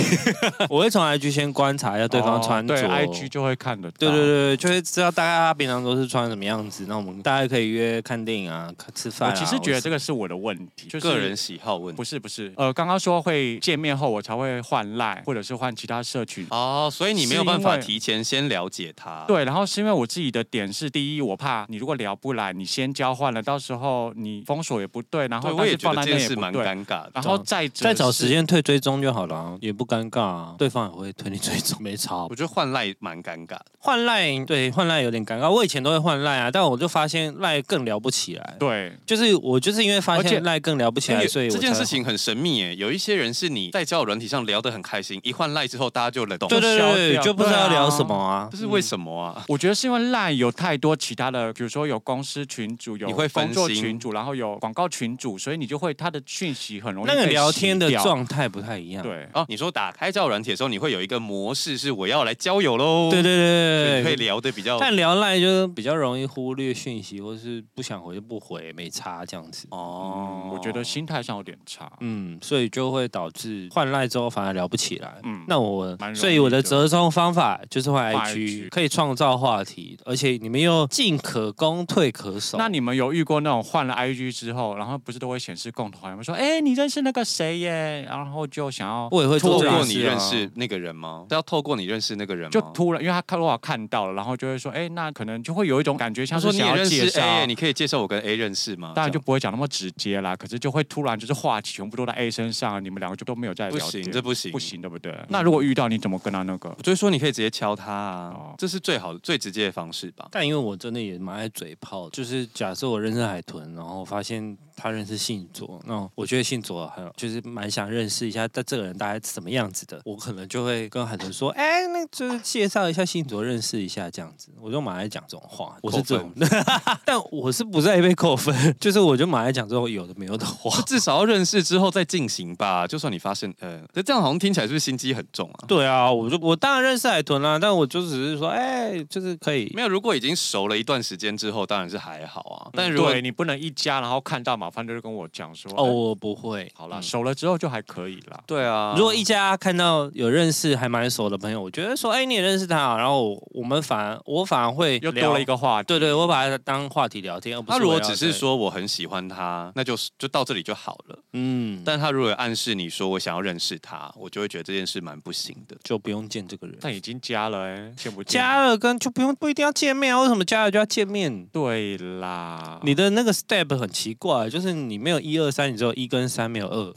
我 会从 IG 先观察一下对方穿着、
哦对，IG 就会看得到。
对对对，就会知道大概他平常都是穿什么样子。那我们大家可以约看电影啊、看吃饭、
我
啊。
其实觉得这个是我的问题，就是
个人喜好问题
不是不是，呃，刚刚说会见面后我才会换赖，或者是换其他社群。
哦，所以你没有办
是
法
因为
提前先了解他。，
对，然后是因为我自己的点是，第一，我怕你如果聊不来，你先交换了，到时候你封锁也不对，然后
对
但
我
是
也觉
放
得
在
这
那
件
也
事
不
蛮
对
尴尬的。
然后再者
再找
是
时，间退追踪就好了啊，也不尴尬啊，对方也会推你追 踪，没差
我。觉得换赖蛮尴尬的，
换赖对换赖有点尴尬，我以前都会换赖啊，但我就发现赖更聊不起来。
对，
就是我就是因为发
而且
现赖更聊不起
因
来，
为
所以我
这件
才
事情很神秘诶。有一些人是你在交友软体上聊得很开心，一换赖之后大家就冷冻，
对对
消
对
掉
对就不知道
对啊
聊什么啊
这。是为什么啊？
我觉得是因为赖有太多其他的，比如说有公司群组，有
你会分
工作
心
群组，然后有广告群组，所以你就会他的讯息很容易
那个
被
聊
洗
天的
掉
状态啊不太一样。
对。嗯
哦，你说打开交友软体的时候，你会有一个模式是我要来交友喽，
对对
所以
对对
你会
对对。
聊的比较。
但聊赖就是比较容易忽略讯息，或是不想回就不回，没差这样子。
哦
嗯，我觉得心态上有点差。
嗯，所以就会导致换赖之后反而聊不起来。
嗯，
那我
蛮容易
所以我的
的
折中方法就是换
换
IG，
IG
可以创造话题，而且你们又进可攻退可守。
那你们有遇过那种换了 IG 之后，然后不是都会显示共同好友，会说哎、你认识那个谁耶，然后就想要
我也会
透
做这啊
过
样
你认识那个人吗？是要透过你认识那个人吗？
就突然，因为他看如果看到了，然后就会说哎、那可能就会有一种感觉，像
他说
是
你
想
也
要
认
介
识哎
绍。
哎
A，你可以介绍我跟 A 认识吗？
当然就不会讲那么直接啦，可是就会突然就是话题全部都在 A 身上，你们两个就都没有在
这样不
聊天，
行，这不行，
不。行，嗯对不对？那如果遇到你怎么跟他那个？
我就说你可以直接敲他啊
哦，
这是最好的、最直接的方式吧。
但因为我真的也蛮爱嘴炮的，就是假设我认识海豚，然后发现他认识信卓，那我觉得信卓还有就是蛮想认识一下，但这个人大概是什么样子的，我可能就会跟海豚说，哎、那就是介绍一下信卓，认识一下这样子，我就蛮爱讲这种话，我是这种， 但我是不在被扣分，就是我就蛮爱讲这种有的没有的话
就。至少要认识之后再进行吧。就算你发现，呃，那这样好像听起来是不是心机很重啊？
对啊，我就我当然认识海豚啦、啊但我就只是说，哎、就是可以
没有，如果已经熟了一段时间之后，当然是还好啊。但如果
嗯对你不能一加，然后看到马翻就是跟我讲说
哦，
哎
我不会，
好啦，
嗯
熟了之后就还可以啦。
对啊，
如果一家看到有认识还蛮熟的朋友，我觉得说，哎、你也认识他啊，然后我我们反而我反而会
又多了一
个，
个话题，
对对，我把它当话题聊天，而不是
那如果
围绕
只是
着
说我很喜欢他，他，那就是就到这里就好了。
嗯，但
但他如果有暗示你说我想要认识他，我就会觉得这件事蛮不行的。
就不用见这个人。
但已经加了、欸，见不见？
加了跟就不用不一定要见面啊？为什么加了就要见面？
对啦，
你的那个 step 很奇怪，就是你没有一二三，你只有一跟三，没有二。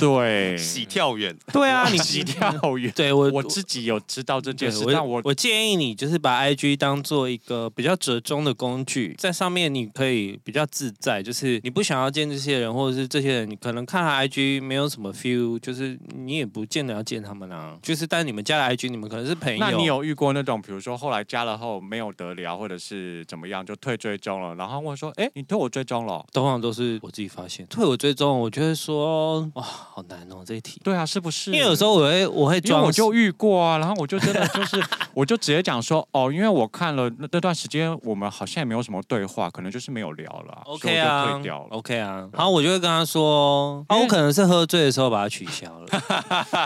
对
喜跳远，
对啊，你
洗跳远。
对我
我自己有知道这件
对
事，但我
我建议你就是把 IG 当做一个比较折中的工具，在上面你可以比较自在，就是你不想要见这些人，或者是这些人你可能看他 IG 没有什么 feel，就是你也不见得要见他们啊。就是但你们加了 IG，你们可能是朋友，
那你有遇过那种，比如说后来加了后没有得聊，或者是怎么样就退追踪了，然后问说，哎，你退我追踪了哦？
通常都是我自己发现退我追踪，我就会说哇，好难哦这一题，
对啊，是不是？
因为有时候我会我会
因为
装
我就遇过啊，然后我就真的就是， 我就直接讲说，哦，因为我看了那那段时间，我们好像也没有什么对话，可能就是没有聊了啊
OK 啊
所以我就退掉了。
OK 啊，然后我就会跟他说，啊，我可能是喝醉的时候把它取消 了，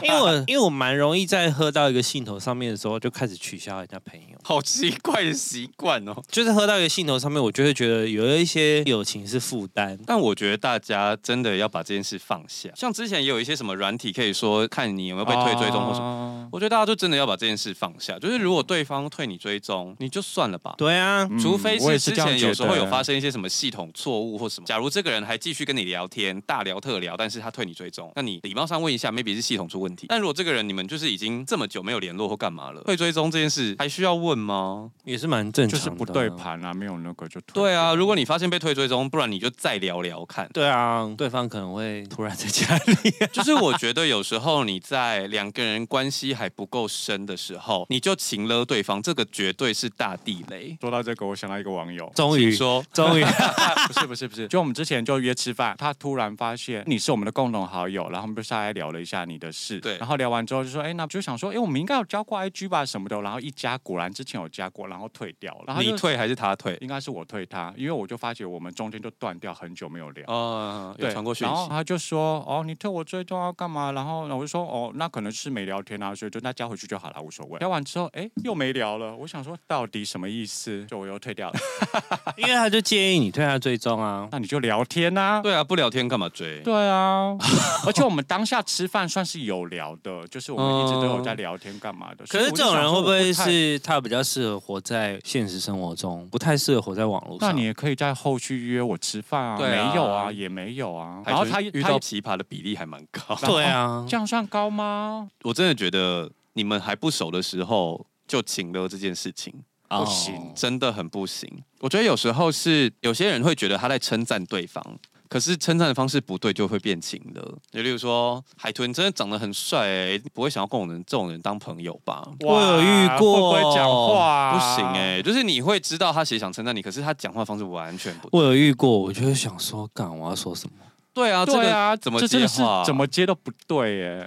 因为我因为我蛮容易在喝到一个兴头上面的时候就开始取消人家朋友，
好奇怪的习惯哦。
就是喝到一个兴头上面，我就会觉得有一些友情是负担。
但我觉得大家真的要把这件事放下。像之前也有一些什么软体可以说看你有没哦有被退追踪或什么，
么。
我觉得大家就真的要把这件事放下。就是如果对方退你追踪，你就算了吧。
对啊，
嗯
除非
我也
是
是
之
这样
前
觉
有时候
得
有发生一些什么系统错误或什么，假如这个人还继续跟你聊天，大聊特聊，但是他退你追踪，那你礼貌上问一下，maybe 是系统出问题。但如果这个人你们就是已经这么久没有联络或干嘛了，退追踪这件事还需要问吗？
也是蛮正
就
常的
是
啊，
不对盘啊，没有那个就退。
对啊，如果你发现被退追踪，不然你就再聊聊 看。
对啊，对方可能会突然在家里，，
就是我觉得有时候你在两个人关系还不够深的时候，你就情勒对方，这个绝对是大地雷。
说到这个，我想到一个网友
终于
请说
终于
不是不是不是，就我们之前就约吃饭，他突然发现你是我们的共同好友，然后我们就下来聊了一下你的事，
对
然后聊完之后就说，哎，那就想说，哎，我们应该有加过 IG 吧什么的，然后一加，果然之前有加过，然后退掉了，然后他
你
就
退还是他退？
应该是我退他，因为我就发觉我们中间就断掉很久没有聊。
哦，有
对
传过讯
然后
息。
他就说：“哦，你退我追踪要干嘛？”然后然后我就说：“哦，那可能是没聊天啊，所以就那加回去就好了，无所谓。”聊完之后，哎，又没聊了。我想说，到底什么意思？就我又退掉了。
因为他就建议你对他追踪啊，
那你就聊天呐、啊。
对啊，不聊天干嘛追？
对啊， 而且我们当下吃饭算是有聊的，就是我们一直都有在
嗯
聊天干嘛的。所
可
以
是
我
这
就
种
想
人会
说
不
我
会
太？
是他比较适合活在现实生活中，不太适合活在网络
那
上？
你也可以在后续约我吃饭啊，
对啊
没有啊，也没有啊。
还
然后
是
他
遇
他
到嗯奇葩的比例还蛮高。
对啊，
这样算高吗？
我真的觉得你们还不熟的时候就请了这件事情，
不
哦
行
真的很不行。我觉得有时候是有些人会觉得他在称赞对方，可是称赞的方式不对就会变情了。就例如说，海豚真的长得很帅、欸，你不会想要跟我们这种人当朋友吧？
我有遇
哇
过
会不会讲话啊、
不行哎、就是你会知道他其实想称赞你，可是他讲话方式完全不对。
我有遇过，我就会想说，干我要说什么？
对啊，这
对
个
啊，呃
怎么
这真
接
的是
话？
怎么接都不对耶。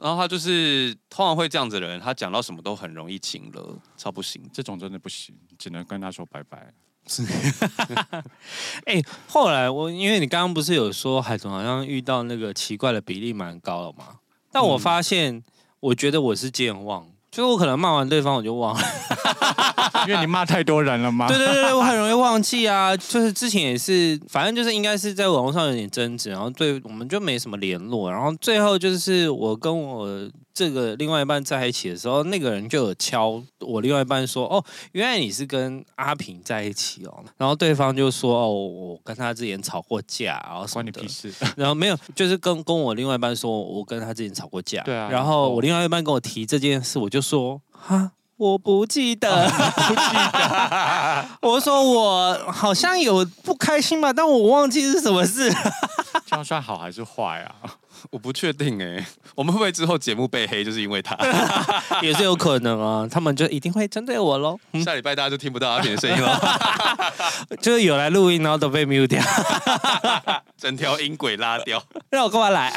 然后他就是通常会这样子的人，他讲到什么都很容易情了，超不行。
这种真的不行，只能跟他说拜拜。
后来我因为你刚刚不是有说海豚好像遇到那个奇怪的比例蛮高了嘛？但我发现，我觉得我是健忘，就是我可能骂完对方我就忘了。
因为你骂太多人了吗？
对对对对，我很容易忘记啊。 就是之前也是，反正就是应该是在网络上有点争执，然后对我们就没什么联络。然后最后就是我跟我这个另外一半在一起的时候，那个人就有敲我另外一半说：“哦，原来你是跟阿平在一起哦。”然后对方就说：“哦，我跟他之前吵过架，然后什
关
么
你
的
屁。 事。
然后没有，就是跟跟我另外一半说，我跟他之前吵过架。
对啊
然后我另外一半跟我提这件事，我就说哈，我不记 得，不记得。我说我好像有不开心吧，但我忘记是什么事。
这样算好还是坏啊？
我不确定哎、我们会不会之后节目被黑就是因为 他？
也是有可能啊，他们就一定会针对我喽。嗯
下礼拜大家就听不到阿扁的声音 了，
就是有来录音，然后都被 mute 掉，
整条音轨拉掉。
让我干嘛来？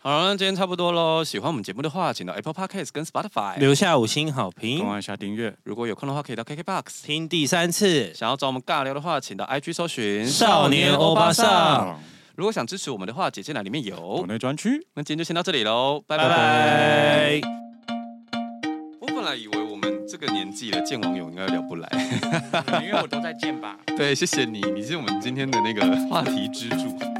好了，那今天差不多喽。喜欢我们节目的话，请到 Apple Podcast 跟
哎
Spotify。
留下五星好
跟
评，
我一下订阅。
如果有空的话，可以到 KKBox。
听第三次。
想要找我们尬聊的话，请到 IG 搜寻
少年欧巴桑。
啊，哦
如果想支持我们的话，简介栏里面有
国。内专区。
那今天就先到这里喽，拜
拜
拜。
拜
我本来来以为我们这个年纪了，见网友应该聊不来。
因为我都在见吧。
对，谢谢你，你是我们今天的那个话题支柱。